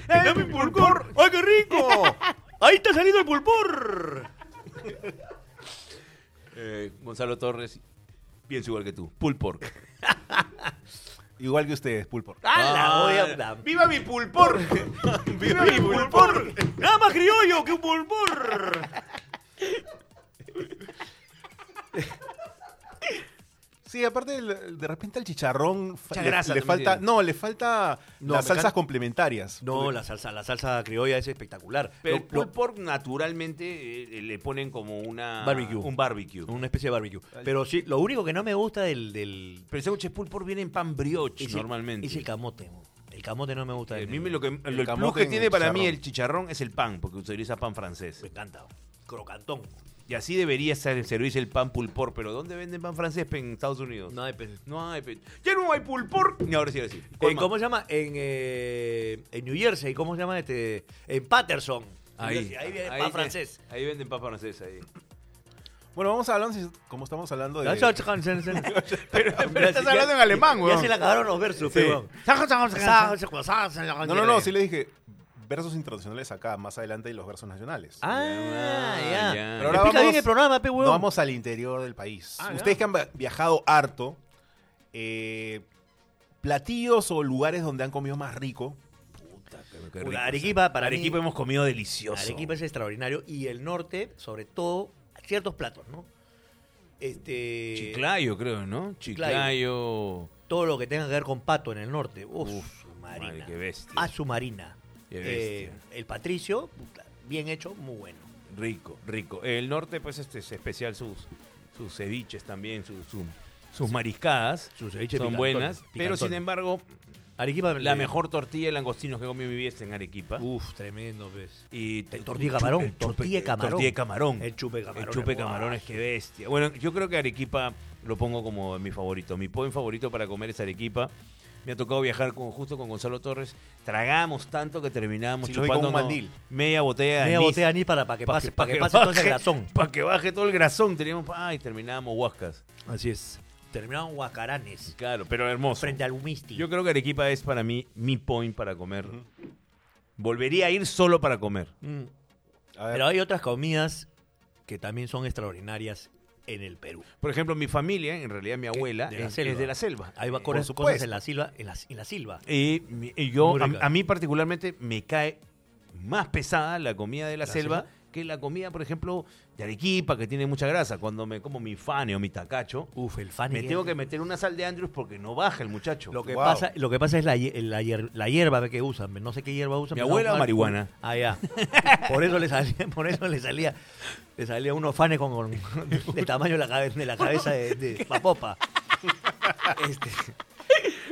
¡Dame mi pulpor!
¡Ay, qué rico! Ahí está saliendo el pulpor.
Eh, Gonzalo Torres, pienso igual que tú. Pulpor.
Igual que ustedes, pulled
Ah.
pork.
¡Hala! voy a- da-
¡Viva mi pulpor! ¡Viva mi pulpor!
¡Nada más criollo que un pulpor!
Sí, aparte, el- de repente al chicharrón fa-
Mucha
le,
grasa
le
también
falta.
tiene.
No, le falta
No,
las
me
salsas
encanta.
complementarias.
No, la salsa, la salsa criolla es espectacular.
Pero el
Lo- lo-
pulled pork naturalmente eh, le ponen como una...
Barbecue.
Un barbecue.
una especie de barbecue. Pero sí, lo único que no me gusta del. del
Pero el sándwich de pulled pork viene en pan brioche
es el-
normalmente.
Es el camote. mo. El camote no me gusta.
A
del-
mí me lo que, lo- el, plus
camote
que
en
tiene para mí
chicharrón.
el chicharrón es el pan, porque utiliza pan francés.
Me encanta. mo. Crocantón.
Y así debería ser- servirse el pan pulpor, pero ¿dónde venden pan francés pe, en Estados Unidos?
No hay pe-
No hay, pe- ya no hay pulpor. Y ahora sí, ahora sí. ¿Cuál
Eh,
más?
¿Cómo se llama? En, eh, en New Jersey, ¿cómo se llama este? En Patterson. New Jersey, ahí viene el pan
ahí-
francés.
Ahí venden pan francés ahí.
Bueno, vamos a hablar, si- como estamos hablando de.
pero,
estás hablando en alemán,
Ya
weón.
se le acabaron los versos,
Sí.
weón.
No, no, no, sí le dije versos internacionales acá, más adelante y los versos nacionales.
Ah,
Ah,
ya.
ya.
Pero
Pero
ahora
Explica
vamos-
bien el programa, pe,
No
weón.
vamos al interior del país. Ustedes que han va- viajado harto, eh, platillos o lugares donde han comido más rico.
Puta, Arequipa, para mí-
Arequipa hemos comido delicioso.
Arequipa es extraordinario. Y el norte, sobre todo, ciertos platos, ¿no? Este,
Chiclayo, creo, ¿no? Chiclayo.
Todo lo que tenga que ver con pato en el norte. Uf, su marina.
madre, qué bestia.
A su marina.
Qué
Eh,
bestia.
el Patricio, puta, bien hecho, muy bueno.
Rico, rico. El norte, pues, este es especial sus, sus ceviches también, sus, sus- sus mariscadas.
Sus ceviches
son
picantones,
buenas. Pero,
picantones.
sin embargo,
Arequipa,
la
le-
mejor tortilla de langostinos que comí en mi vida es en Arequipa.
Uf, tremendo, pues.
Y
Uh, El tortilla de camarón, tortilla de camarón.
Tortilla de camarón.
El chupe de camarón,
El chupe de
guau.
camarón es que bestia. Bueno, yo creo que Arequipa lo pongo como mi favorito. Mi point favorito para comer es Arequipa. Me ha tocado viajar con, justo con Gonzalo Torres. Tragamos tanto que terminábamos
Sí, lo vi con un
chupando
mandil.
media botella de
Media
anís.
botella de anís para, para que
Pa'
pase, para que,
pa'
pase todo ese grasón.
Para que baje todo el grasón. Teníamos, ay, terminábamos huascas.
Así es. Terminaron guacaranes.
Claro, pero hermoso.
Frente al humisti.
Yo creo que Arequipa es para mí mi point para comer. Volvería a ir solo para comer.
Mm.
A ver,
Pero hay otras comidas que también son extraordinarias en el Perú.
Por ejemplo, mi familia, en realidad mi abuela,
de la
es,
selva.
es de la selva.
Ahí va a
Eh,
correr
por
cosas
supuesto.
en la silva. En la, en la silva.
Y, mi- y yo,
Muy
a,
rica.
a mí particularmente, me cae más pesada la comida de la,
¿La
selva
selva?
que la comida, por ejemplo, de Arequipa, que tiene mucha grasa. Cuando me como mi fane o mi tacacho,
Uf, el fan.
me tengo que meter una sal de Andrews porque no baja el muchacho.
Lo que,
Wow.
pasa, lo que pasa es la, hier- la, hier- la hierba que usan. No sé qué hierba usan.
¿Mi
pero
abuela o
no-
marihuana?
Ah, ya. Por eso le salía, por eso le salía, le salía unos fanes con, con- de tamaño de la, cabe- de la cabeza de, de Papopa. Este,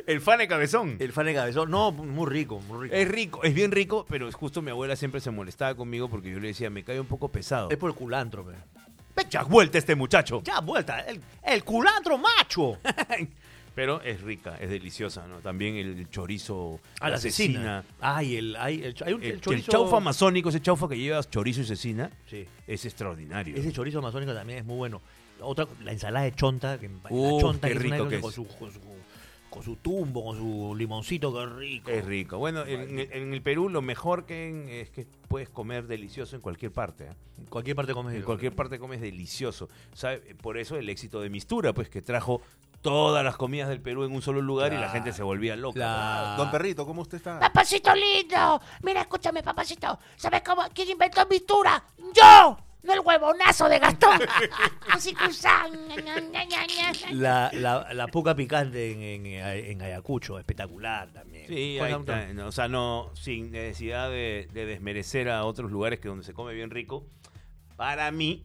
el fane cabezón.
el fan de cabezón. No, muy rico, muy rico.
es rico, es bien rico, pero es justo mi abuela siempre se molestaba conmigo porque yo le decía, me cae un poco pesado.
Es por el culantro, pe.
¡Pecha vuelta este muchacho!
Ya, vuelta. El, el culantro macho.
Pero es rica, es deliciosa, ¿no? También el chorizo
A la asesina. Ay, el, ay, el, cho- hay un,
El,
el
el
chorizo.
chaufa amazónico, ese chaufa que lleva chorizo y cecina,
Sí.
es extraordinario.
Ese chorizo amazónico también es muy bueno. Otra, la ensalada de chonta, que en- la
Uf,
chonta
qué
es una
rico
cosa
que
con
es.
su- con su- con su tumbo, con su limoncito, qué rico.
Es rico. Bueno, en, en- en el Perú lo mejor que en- es que puedes comer delicioso en cualquier parte. ¿ah?
En cualquier parte comes
En cualquier parte comes delicioso. ¿Sabe? Por eso el éxito de Mistura, pues que trajo todas las comidas del Perú en un solo lugar y la
Claro.
gente se volvía loca.
La-
Don Perrito, ¿cómo usted está?
Papacito lindo, mira, escúchame, papacito. ¿Sabes cómo? ¿Quién inventó mistura? ¡Yo! No el huevonazo de Gastón. Así que usan.
La, la, la puca picante en, en, en Ayacucho, espectacular también.
Sí,
Pues,
ahí está. No, o sea, no, sin necesidad de, de desmerecer a otros lugares que donde se come bien rico. Para mí,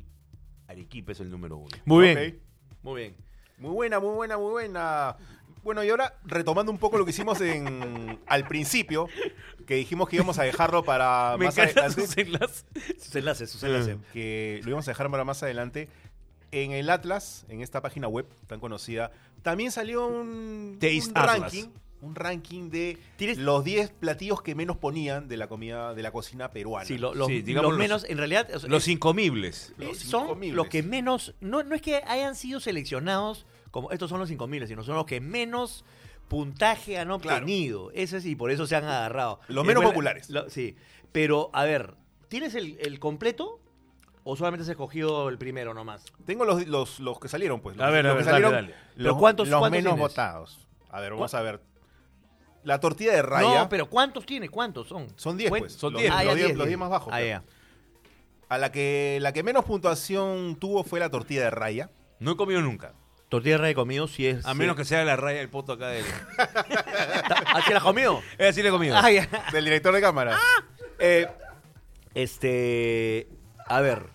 Arequipa es el número uno.
Muy bien.
Ok.
Muy bien.
Muy buena, muy buena, muy buena. Bueno, y ahora retomando un poco lo que hicimos en al principio, que dijimos que íbamos a dejarlo para
Me
más
encantan
adelante,
sus enlaces.
Sus enlaces, sus
Mm.
enlaces.
que lo íbamos a dejar para más adelante. En el Atlas, en esta página web tan conocida, también salió un,
Taste
un
Atlas.
ranking, un ranking de
¿Tienes-
los 10 platillos que menos ponían de la comida de la cocina peruana.
Sí, lo- los,
Sí, digamos
los
los-
menos, en realidad, o sea,
Los
eh,
incomibles.
eh,
los
son
incomibles.
los que menos, no, no es que hayan sido seleccionados como estos son los incomibles, sino son los que menos puntaje han
Claro.
obtenido. Eso sí, por eso se han agarrado.
Los
Y
menos
después-
populares.
lo- sí, pero a ver, ¿tienes el, el completo o solamente has escogido el primero nomás?
Tengo los, los, los que salieron, pues. Los,
A ver,
los
a
que
ver, dale,
salieron,
dale.
Los,
Pero ¿cuántos-
los
cuántos
menos
tienes?
votados. A ver, vamos a ver. La tortilla de raya.
No, pero ¿cuántos tiene? ¿Cuántos son?
Son 10,
Cuen-
pues.
son
los,
10,
los
Ah, ya,
10,
10,
los 10 más bajos.
Ah,
pero-
ya.
A la que, la que menos puntuación tuvo fue la tortilla de raya.
No he comido nunca.
Tortilla de raya comido si es...
A menos que sea la raya del poto acá de
¿Así ¿Ah, la has comido?
Eh, sí le he comido.
Ah, ya.
Del director de cámara.
Eh, este. A ver.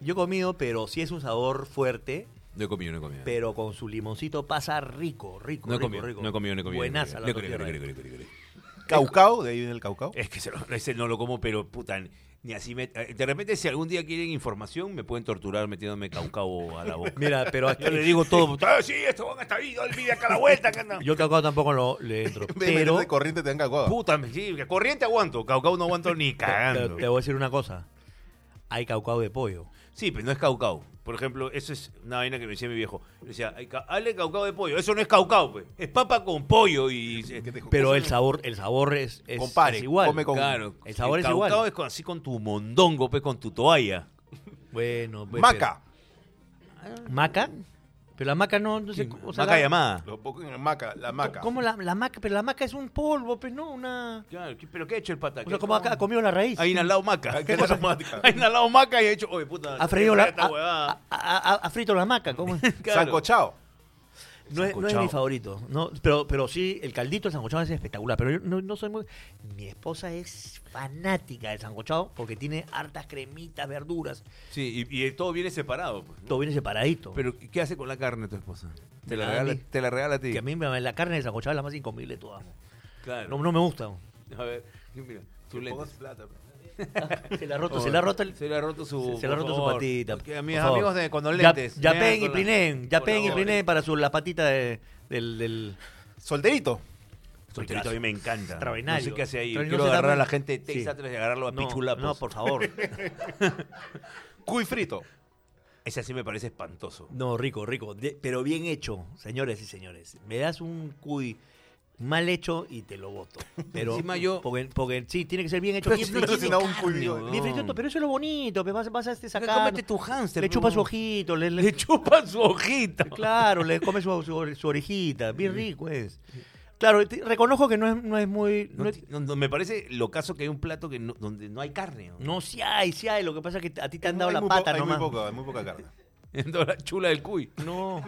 Yo he comido, pero sí es un sabor fuerte,
No he comido, no he comido.
pero con su limoncito pasa rico, rico,
no he
rico,
comido,
rico.
no he comido, no he comido.
Buenaza
no
la
he comido.
tortilla
No he
de
comido, no he comido, no he comido, no he comido, no he comido.
Caucao, de ahí viene el caucao.
Eh,
Es que se lo- ese no lo como, pero puta, ni así me... eh, De repente, si algún día quieren información, me pueden torturar metiéndome caucao a la boca.
raya. Mira, pero aquí,
Yo le digo todo. puta, "Ah, sí, esto van hasta ahí, no olvide acá la vuelta. Que andan".
yo cacao tampoco lo, le entro.
En vez de meterte
pero
corriente te dan caucao.
Puta, me- sí, que corriente aguanto. Caucao no aguanto ni
te,
cagando.
te voy a decir una cosa. Hay caucao de pollo.
Sí, pero no es caucao. Por ejemplo, eso es una vaina que me decía mi viejo. Le decía, "Ay, ca- hazle caucao de pollo. Eso no es caucao, pues. Es papa con pollo y...
¿Qué te-
Pero
cosa-
el sabor, el sabor es, es,
Compare,
es igual.
come con-
Claro,
El sabor es
caucao
igual.
es con- así con tu mondongo, pues, con tu toalla.
Bueno, pues,
Maca.
pero- maca. Pero la maca no, no sé, o sea,
Maca
la-
llamada.
Lo poco en la maca, la maca.
¿Cómo la, la maca? Pero la maca es un polvo, pues no, una.
Claro, ¿qué- pero ¿qué ha hecho Ah, el pata?
O
¿Qué-
sea, como acá
cómo-
ha comido la raíz.
Ha inhalado maca.
¿Qué cosa maca?
Ha inhalado maca y ha hecho, oye, puta.
ha freído la.
esta
Ha,
huevada".
ha- ha- ha frito la maca. ¿cómo es?
Claro.
Sancochao.
No, es, no es mi favorito. No, pero, pero sí, el caldito de sancochado es espectacular. Pero yo no, no soy muy. Mi esposa es fanática del sancochado porque tiene hartas cremitas, verduras.
Sí, y, y todo viene separado. pues, ¿no?
Todo viene separadito.
Pero, ¿qué hace con la carne tu esposa? Te la
Nada,
regala,
ni-
te la regala a ti.
Que a mí me- la carne de sancochado es la más incomible de todas.
Claro.
No, no me gusta.
A ver, mira, tu
Que
lente.
pongas plata, pues.
Se la ha roto, se la ha roto el.
Se le ha roto su.
Se le ha
por
roto su
favor.
patita.
Que a mis
por favor.
amigos de con los
Ya-
lentes.
Ya,
vean
peguen y
con la-
plinen, ya
por
peguen y
favor.
plinen para su, la patita de- del, del.
Solterito.
Solterito a mí me encanta.
Extraordinario.
No sé qué hace ahí. Yo
Extraordinario,
Quiero
no se
agarrar a
da-
la gente de Texas
Sí.
antes de agarrarlo a
No,
pichulapos.
no, por favor.
Cuy frito.
Ese sí me parece espantoso.
No, rico, rico. De- pero bien hecho, señores y señores. Me das un cuy mal hecho y te lo voto. Pero
Encima yo-
Porque, porque sí, tiene que ser bien hecho.
Pero
bien
si no lo
fritito.
cocinaba un
Carne,
cuy,
weón.
weón.
Bien fritito, pero eso es lo bonito. Pues vas, vas a este
Pero
sacar.
Cómete tu hámster.
le
pe,
chupa su
huevón.
ojito. Le, le-
Le chupa su ojito.
claro, le come su, su- su orejita. Bien rico es. Claro, te- reconozco que no es, no es muy.
No
no es-
ti- no- no, me parece lo caso que hay un plato que no- donde no hay carne. ¿no?
No, sí hay, sí hay. Lo que pasa es que a ti te han dado
Hay
la
muy
pata
po- hay
nomás.
Muy poca, hay muy poca carne.
Entonces, la chula del cuy.
No.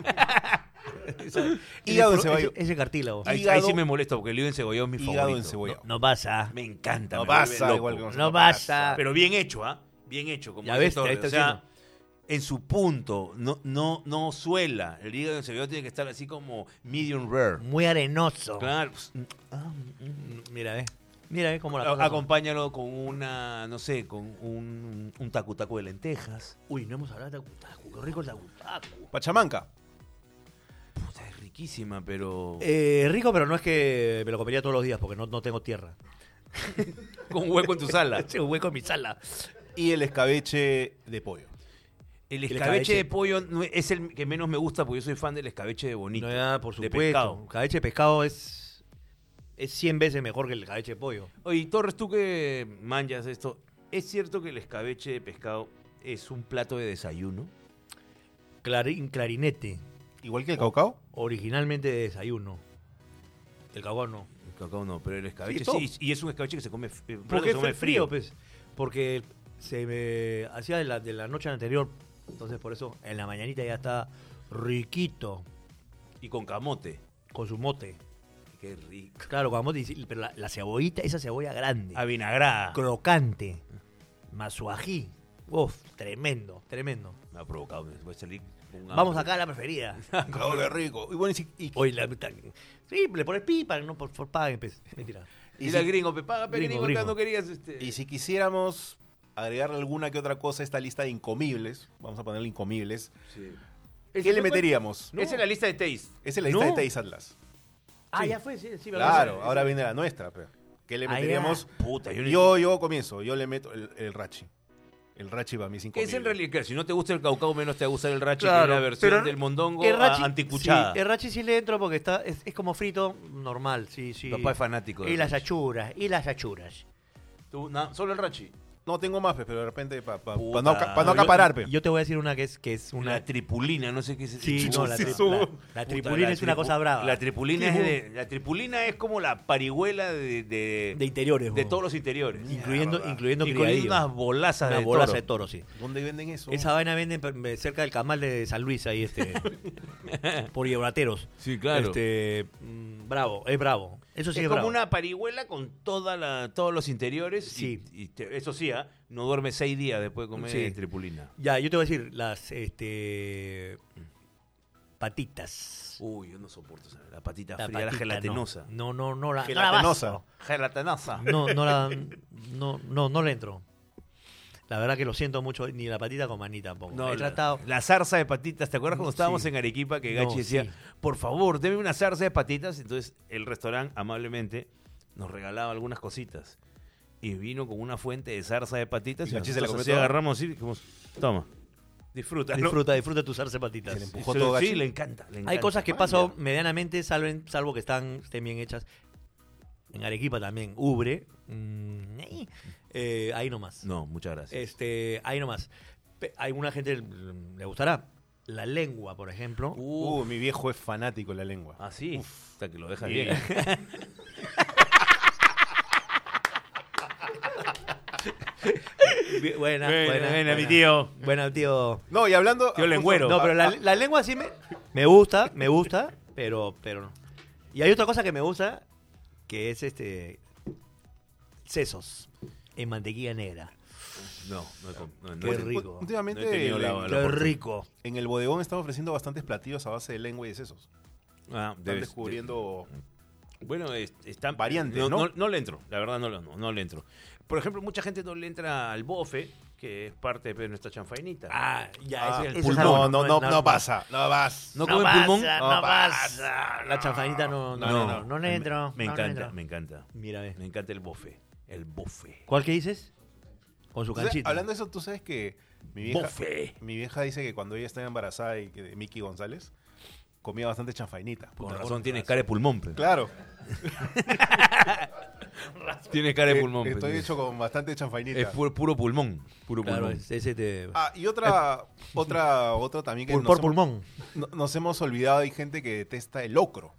Hígado
ese,
encebollado.
ese- ese cartílago.
Ahí, ahí
Hígado-
sí me molesta porque el lío encebollado es mi
Hígado
favorito.
encebollado.
No pasa.
No, me encanta.
No
me vuelve
pasa,
loco.
igual que nosotros.
No pasa.
Pero bien hecho, ¿ah? Bien hecho. Como
Ya
dice
ves,
Torres.
ahí está
o sea, en su punto, no, no, no suela. El hígado encebollado tiene que estar así como medium rare.
Muy arenoso.
Claro. pues,
mm, ah, Mira, ve. Mira, ve cómo la
a- acompáñalo con una, no sé, con un, un tacu tacu de lentejas.
Uy, no hemos hablado de Tacutacu. Qué rico el Tacutacu.
Pachamanca.
Puta, es riquísima, pero
Eh, rico, pero no es que me lo comería todos los días porque no, no tengo tierra.
con hueco en tu sala.
Hace un hueco en mi sala.
Y el escabeche de pollo.
El
El
escabeche,
escabeche.
de pollo no- es el que menos me gusta porque yo soy fan del escabeche de bonito.
No, ya, por
de
supuesto.
pescado.
Cabeche de pescado es, es 100 veces mejor que el cabeche de pollo.
Oye, Torres, tú que manchas esto, ¿es cierto que el escabeche de pescado es un plato de desayuno?
Clarín, clarinete,
Igual que el caucao.
originalmente de desayuno. El cagón no.
El cacao no, pero el escabeche
Sí, todo.
sí, y es un escabeche que se come, f- eh, un plato
Porque
que
es
se come
frío,
frío.
pues. Porque se me hacía de la, de la noche anterior. Entonces, por eso, en la mañanita ya está riquito
Y con camote.
con su mote.
Qué rico.
Claro, como dice, pero la, la cebollita, esa cebolla grande,
Ah.
A vinagrada.
crocante, más su ají. Uf, tremendo, tremendo.
Me ha provocado, me voy a salir con un
Vamos
hambre.
acá a la preferida.
Caucao, qué Ah, rico. Y bueno, y si- y-
Oye, la puta- Sí, le pones pipa, no por, por paguen, pues. Mentira.
Y la gringo, pe, paga, pe,
Gringo,
gringo, acá
gringo.
no querías este.
Y si quisiéramos agregarle alguna que otra cosa a esta lista de incomibles, vamos a ponerle incomibles,
Sí.
¿qué le meteríamos?
Esa es la lista de Taste.
Esa es la lista
No.
de Teis Atlas.
Ah,
Sí.
ya fue, sí, sí, verdad.
Claro, ahora viene la nuestra. pe. ¿Qué le
Ahí
meteríamos?
Puta, yo,
Yo, yo comienzo, yo le meto el, el rachi. El rachi va a mis
¿Qué
incomibles.
es en realidad? Claro, Si no te gusta el caucao, menos te va a gustar el rachi,
Claro,
que es la versión
pero
del mondongo
El rachi-
a- anticuchada.
Sí, el rachi sí le entro porque está, es, es como frito normal, sí, sí.
Papá es fanático.
Y
del
las
rachi.
achuras, y las achuras.
Tú, na- solo el rachi.
No, tengo más, pe, pero de repente, para
Puta.
no, ca- pa no
Yo-
acaparar, pe.
Yo te voy a decir una que es, que es una...
La tripulina, no sé qué es.
Sí, no, la,
sí,
tri-
eso.
la- la
Puta,
tripulina
la
es una
tripu-
cosa brava.
La tripulina, es de- la tripulina es como la parihuela de, de,
de interiores,
de
bo.
todos los interiores. Ah,
Incluyendo,
Mierda.
incluyendo
Y con
criadillo.
unas bolazas
Una
de
bolaza
toro.
de toro, sí.
¿Dónde venden eso?
Esa vaina venden per- cerca del camal de San Luis, ahí, este... por Yebrateros.
Sí,
Este, mm, bravo, es bravo. Eso sí
es
es,
como
bravo.
una parihuela con toda la, todos los interiores. y-
Sí.
Y, te- eso sí, ¿ah? no duerme seis días después de comer
Sí.
tripulina.
Ya, yo te voy a decir, las este patitas.
Uy, yo no soporto esa- la patita
La
fría, la
patita,
gelatinosa.
No, no, no, no la, no la
Gelatinosa.
abrazo.
Gelatinosa.
No, no la no, no, no le entro. La verdad que lo siento mucho, ni la patita con maní tampoco.
No,
He
la-
tratado.
La zarza de patitas. ¿Te acuerdas cuando
Sí.
estábamos en Arequipa que
No,
Gachi decía,
sí.
por favor, deme una zarza de patitas? Entonces el restaurante amablemente nos regalaba algunas cositas. Y vino con una fuente de zarza de patitas
Y
y,
Gachi se la
nosotros
comió
así
toda.
agarramos y dijimos, toma, disfruta. ¿no?".
Disfruta, disfruta tus arce patitas.
Se le
Y
empujó
se-
todo
sí,
Gachi.
le encanta. le
Hay
encanta.
cosas que
Ah,
paso medianamente, salvo, en- salvo que están, estén bien hechas. En Arequipa también, Ubre. mm, eh, ahí nomás.
No, muchas gracias.
Este, ahí nomás. Pe- A alguna gente l- le gustará. La lengua, por ejemplo.
Uh, mi viejo es fanático de la lengua.
Así. ah, Hasta que lo dejas
Bien.
bien.
Bi- Buena, buena,
Buena, buena, mi
buena.
tío.
Buena, tío.
No, y hablando...
Tío lengüero.
No, pero la,
ah,
la lengua sí me, me gusta, me gusta, pero, pero no. Y hay otra cosa que me gusta, que es este sesos en mantequilla negra.
No, no, he com- no, no
Qué
he-
ah,
rico.
Últimamente
No he tenido la-
en-
la-
Qué
oportunidad.
rico.
en el bodegón están ofreciendo bastantes platillos a base de lengua y de sesos.
Ah,
Están
debes-
descubriendo...
Bueno, es- están
Variantes,
no,
¿no?
le entro, la verdad no, lo- no, no le entro. Por ejemplo, mucha gente no le entra al bofe, que es parte de nuestra chanfainita.
Ah, ya,
Ah,
ese- ese es
pulmón.
algo-
no, no, no,
es
no
normal.
pasa. No vas.
¿No,
No
comen
pasa,
pulmón?
no
No
pasa. La chanfainita no, no, no, no, le
Me-
entro.
Me
no le
encanta,
entro.
me encanta.
Mira, ve.
Me encanta el bofe. El bofe.
¿Cuál que dices? Con su
Entonces,
canchita.
hablando de eso, tú sabes que mi vieja,
Bofe.
mi vieja dice que cuando ella estaba embarazada y que de Miki González comía bastante chanfainita.
Con
Puta,
razón tienes cara de pulmón. pe.
Claro.
Tienes cara de
Eh,
pulmón. pe.
Estoy hecho con bastante
Es
chanfainita.
pu- puro pulmón. Puro
Claro,
pulmón.
es- ese te...
Ah, y otra, otra, otra también que
Pul-
nos,
por
hemos-
pulmón.
no- nos hemos olvidado. Hay gente que detesta el locro.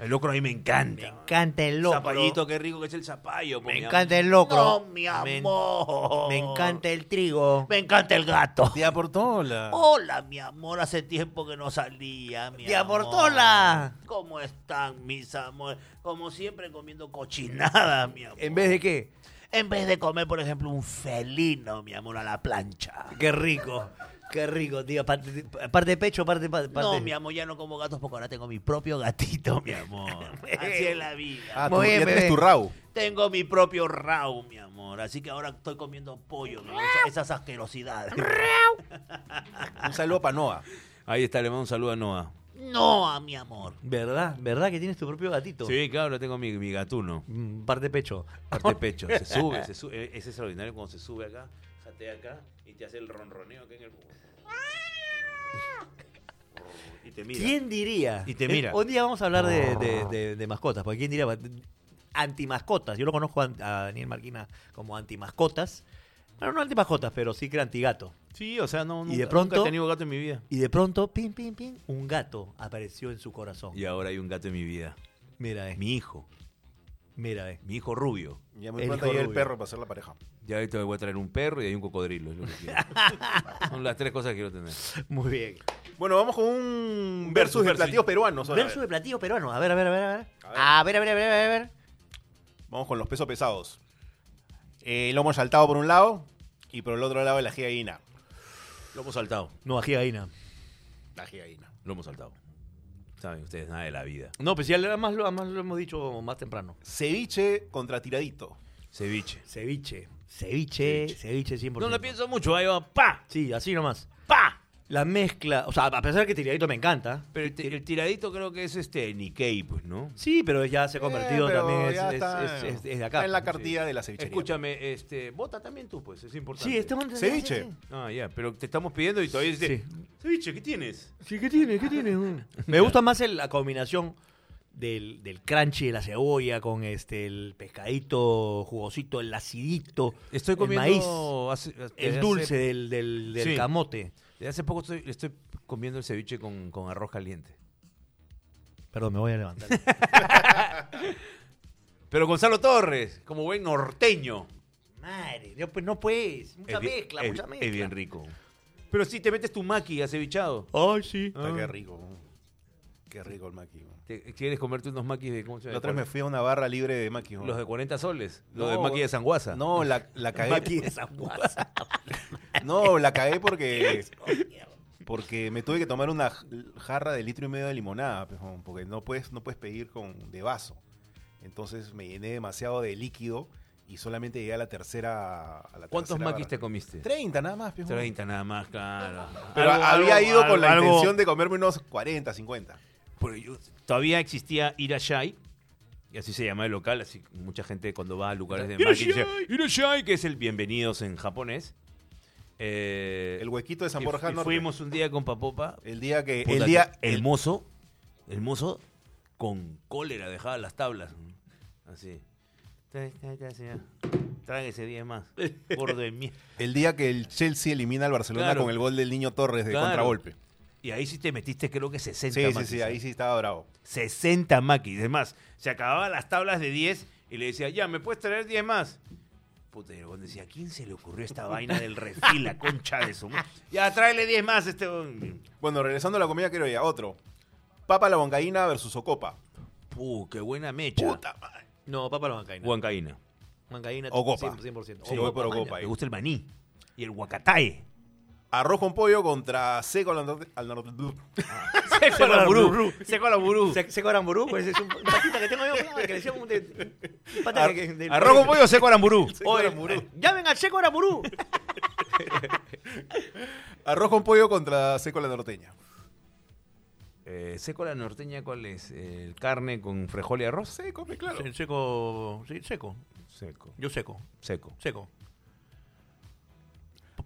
El locro a mí me
Me
encanta.
encanta el locro.
Zapallito, qué rico que es el zapallo. po,
Me
mi
encanta
amor.
el locro.
No, mi
Me-
amor.
Me, encanta el trigo.
Me encanta el gato.
Tía Portola.
Hola, mi amor. Hace tiempo que no salía, mi
Tía
amor.
Portola.
¿Cómo están, mis amores? Como siempre, comiendo cochinadas, mi amor.
¿En vez de qué?
En vez de comer, por ejemplo, un felino, mi amor, a la plancha.
Qué rico. Qué rico, tío. Parte, parte de pecho, parte... parte
No, mi amor, ya no como gatos porque ahora tengo mi propio gatito, mi amor. Así es la vida.
Ah,
Muy
tú-
bien,
ya tienes
bebé.
tu rau.
Tengo mi propio rau, mi amor. Así que ahora estoy comiendo pollo, mi amor, esa- esas asquerosidades.
Ah.
Un saludo para Noah.
Ahí está, le mando un saludo a Noah.
No, mi amor.
¿Verdad? ¿Verdad que tienes tu propio gatito?
Sí, claro, tengo mi, mi gatuno.
Mm, Parte de pecho.
Parte de pecho, se sube, se sube. Es extraordinario cuando se sube acá, jatea acá y te hace el ronroneo que en el. Y te mira.
¿Quién diría?
Y te
Eh,
mira.
Un día vamos a hablar de, de- de- de mascotas, porque ¿quién diría? Antimascotas. Yo lo conozco a, a Daniel Marquina como antimascotas. Bueno, no antimascotas, pero sí que antigato.
Sí, o sea, no,
Y de
nunca,
pronto-
nunca he tenido gato en mi vida.
Y de pronto, pim, pim, pim, un gato apareció en su corazón.
Y ahora hay un gato en mi vida.
Mira, eh,
Mi hijo.
mira, eh.
Mi hijo rubio.
Ya muy
El
pronto
hijo
llega el
rubio.
perro para hacer la pareja.
Ya ahorita voy a traer un perro y hay un cocodrilo. es lo que quiero. Son las tres cosas que quiero tener.
Muy bien.
Bueno, vamos con un
versus,
versus, de
versus.
platillos peruanos. ahora.
Verso de platillo peruano. A ver, a ver, a ver, a ver.
A
A ver, a ver, a ver, a ver. a ver.
Vamos con los pesos pesados. Eh, lomo saltado por un lado y por el otro lado la gigaína.
Lomo saltado.
No, ají de gallina.
La gigaína.
Lomo saltado. Saben ustedes nada de la vida.
No, pues ya además lo, además lo hemos dicho más temprano.
Ceviche contra tiradito. Eh,
Ceviche.
Ceviche. Ceviche, ceviche 100%.
No la pienso mucho. Ahí va. ¡Pa!
Sí, así nomás.
¡Pa!
La mezcla, o sea, a pesar que tiradito me encanta.
Pero el, ti- el tiradito creo que es este Nikkei, pues, ¿no?
Sí, pero ya se ha convertido
Eh, pero
también, es,
ya
es-
está,
es- es- es de acá.
está en la cartilla de la cevichería.
Escúchame, este, vota también tú, pues, es importante.
Sí, este hombre-
Ceviche.
sí,
Ah, ya, pero te estamos pidiendo y todavía dice, ceviche, ¿qué tienes?
sí. Sí, ¿qué tiene? ¿Qué tiene? Mm. me gusta más el- la combinación del, del crunchy de la cebolla con este el pescadito jugosito, el acidito,
Estoy
el
comiendo
maíz,
hace- desde
el
hace-
dulce del, del- del
Sí.
camote.
desde hace poco estoy, estoy comiendo el ceviche con, con arroz caliente.
Perdón, me voy a levantar.
Pero Gonzalo Torres, como buen norteño.
Madre, no, pues no pues, mucha
es bien-
mezcla,
es-
mucha mezcla.
Es bien rico. Pero sí, te metes tu maqui acevichado.
Ay, sí.
Ah, qué rico. Qué rico el maqui.
Te- ¿Quieres comerte unos maquis de... ¿cómo se llama?
La otra vez me fui a una barra libre de maqui.
Los de 40 soles. Los
No,
de maqui de Sanguaza.
No, la, la
Maqui
cagué.
de San Juan.
No, la cagué porque porque me tuve que tomar una j- jarra de litro y medio de limonada, pejón, porque no puedes no puedes pedir con de vaso. Entonces me llené demasiado de líquido y solamente llegué a la tercera a la
¿Cuántos
tercera
maquis
barra.
te comiste?
30 nada más, pues, pejón.
30 nada más, claro.
Pero
Algo-
había
algo-
ido con la
algo-
intención de comerme unos 40, 50.
Pero yo- todavía existía Irashai, y así se llama el local, así mucha gente cuando va a lugares de marketing dice Irashai, que es el bienvenidos en japonés. Eh,
El huequito de San
y-
Borja
y
Norte.
fuimos un día con Papopa.
el día que
Puta,
el día
que el
el-
mozo, el mozo con cólera dejaba las tablas. Así. Trae- trae- trae, señor. Tráguese 10 más. Gordo de mierda.
el día que el Chelsea elimina al Barcelona
Claro.
con el gol del niño Torres de
Claro.
contragolpe.
Y ahí sí te metiste, creo que 60
Sí, sí,
maquis,
sí,
¿eh?
ahí sí estaba bravo.
60 maquis. Es más, se acababan las tablas de 10 y le decía, ya, ¿me puedes traer 10 más? Puta, y el huevón decía, ¿a quién se le ocurrió esta vaina del refil, la concha de su madre? Ya, tráele 10 más a este... huevón".
Bueno, regresando a la comida quiero ya otro. Papa la boncaína versus Ocopa.
Puh, qué buena mecha.
Puta madre.
No, papa la mancaína.
Huancaína.
Mancaína
O copa.
100%. 100%.
Sí,
O
voy por
copa,
Ocopa.
Me gusta el maní. Y el huacatae.
Arroz con pollo contra seco al norte. al nor-
Seco a la burú.
burú.
Seco a la burú.
man. Se- Seco Aramburú, pues es un un patita que tengo yo, que le llamo de- un pata
Ar-
que- que- del-
Arroz con pollo, seco a la burú.
Seco
Oye, eh,
Aramburú.
Llamen al Seco Aramburú.
Arroz con pollo contra seco a la norteña.
Eh, seco a la norteña, ¿cuál es? ¿El carne con frijol y arroz?
Seco, pues, claro.
Sí, Seco, sí, seco.
Seco.
Yo seco,
Seco.
seco.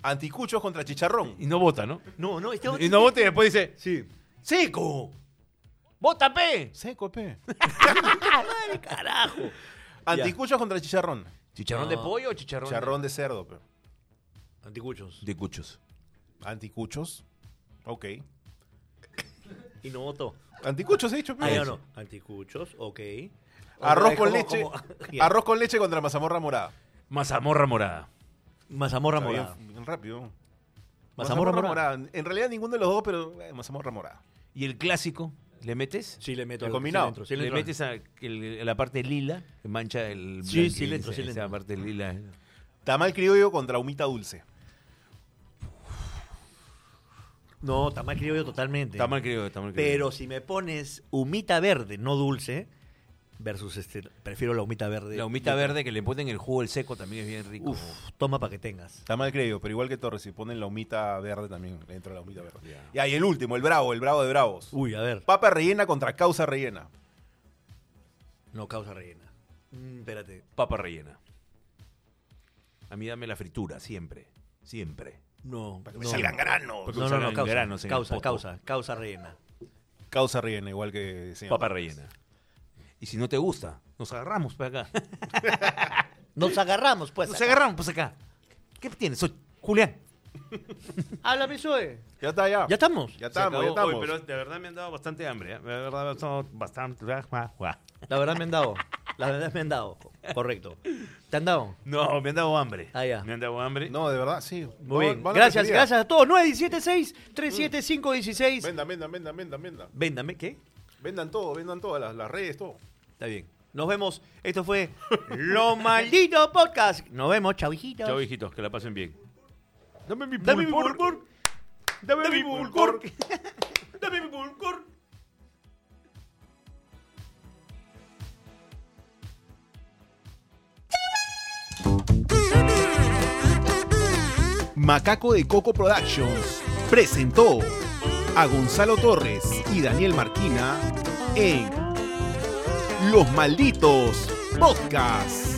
Anticuchos contra chicharrón.
Y no vota, ¿no?
No, no, este
Y no vota y después dice,
Sí.
¡Seco! ¡Vota, pe!
Seco, pe.
Ay, carajo.
Anticuchos contra chicharrón.
¿Chicharrón
No.
de pollo o chicharrón?
Chicharrón de cerdo, pe.
Anticuchos.
De cuchos.
Anticuchos. Ok.
Y no voto.
Anticuchos he dicho, pe.
Ah, ya no. Anticuchos, ok.
Arroz
Ok,
con
¿cómo-
leche.
cómo? Ya.
Arroz con leche contra mazamorra morada.
Mazamorra morada.
Mazamorra
Está bien,
morada.
bien rápido.
Mazamorra morada.
En realidad ninguno de los dos, pero eh, mazamorra morada.
¿Y el clásico? ¿Le metes?
Sí, le meto.
El
al-
combinado.
sí le entro, sí le
¿Le
entro.
metes a, el- a la parte lila? Que mancha el...
Sí,
blanco-
sí le entro,
esa-
sí le
esa
entro.
parte lila.
Tamal criollo contra humita dulce.
No, tamal criollo totalmente.
Está mal creo, está mal creo.
Pero si me pones humita verde, no dulce, versus este, prefiero la humita verde.
La humita verde que le ponen el jugo el seco también es bien rico.
Uf, toma para que tengas.
Está mal creo, pero igual que Torres, si ponen la humita verde también, le entra la humita verde. Ya, y el último, el bravo, el bravo de bravos.
Uy, a ver.
Papa rellena contra causa rellena.
No, causa rellena. Mm, espérate.
Papa rellena. A mí dame la fritura, siempre. Siempre.
No.
Para que me salgan granos.
Porque
No, no, no,
salgan
causa,
granos en el
causa,
poto.
causa, causa rellena.
Causa rellena, igual que el señor
Papa
Vargas.
rellena. Y si no te gusta, nos agarramos para acá.
Nos agarramos, pues.
Nos
acá.
agarramos pues acá. ¿Qué tienes? Soy Julián.
Háblame, Zoe.
Ya está, ya.
Ya estamos.
Ya estamos, ya estamos.
pero de verdad me han dado bastante hambre. ¿eh? De verdad me han dado bastante.
La verdad me han dado. La verdad me han dado. Correcto. ¿Te han dado?
No, me han dado hambre.
Ah, ya.
Me han dado hambre.
No, de verdad, sí.
Muy bien.
Van a
gracias,
pizzería.
gracias a todos. 917-6-37516.
Vendan, vendan, vendan, vendan, vendan.
Véndame, ¿qué?
Vendan todo, vendan todas las, las redes, todo.
Está bien. Nos vemos. Esto fue Lo Maldito Podcast. Nos vemos. Chau, hijitos.
Chao, hijitos, que la pasen bien.
Dame mi
Dame mi
pulpor.
burger.
Dame mi pulcor.
Dame mi burger.
Macaco de Coco Productions presentó a Gonzalo Torres y Daniel Marquina en Los Malditos Podcasts.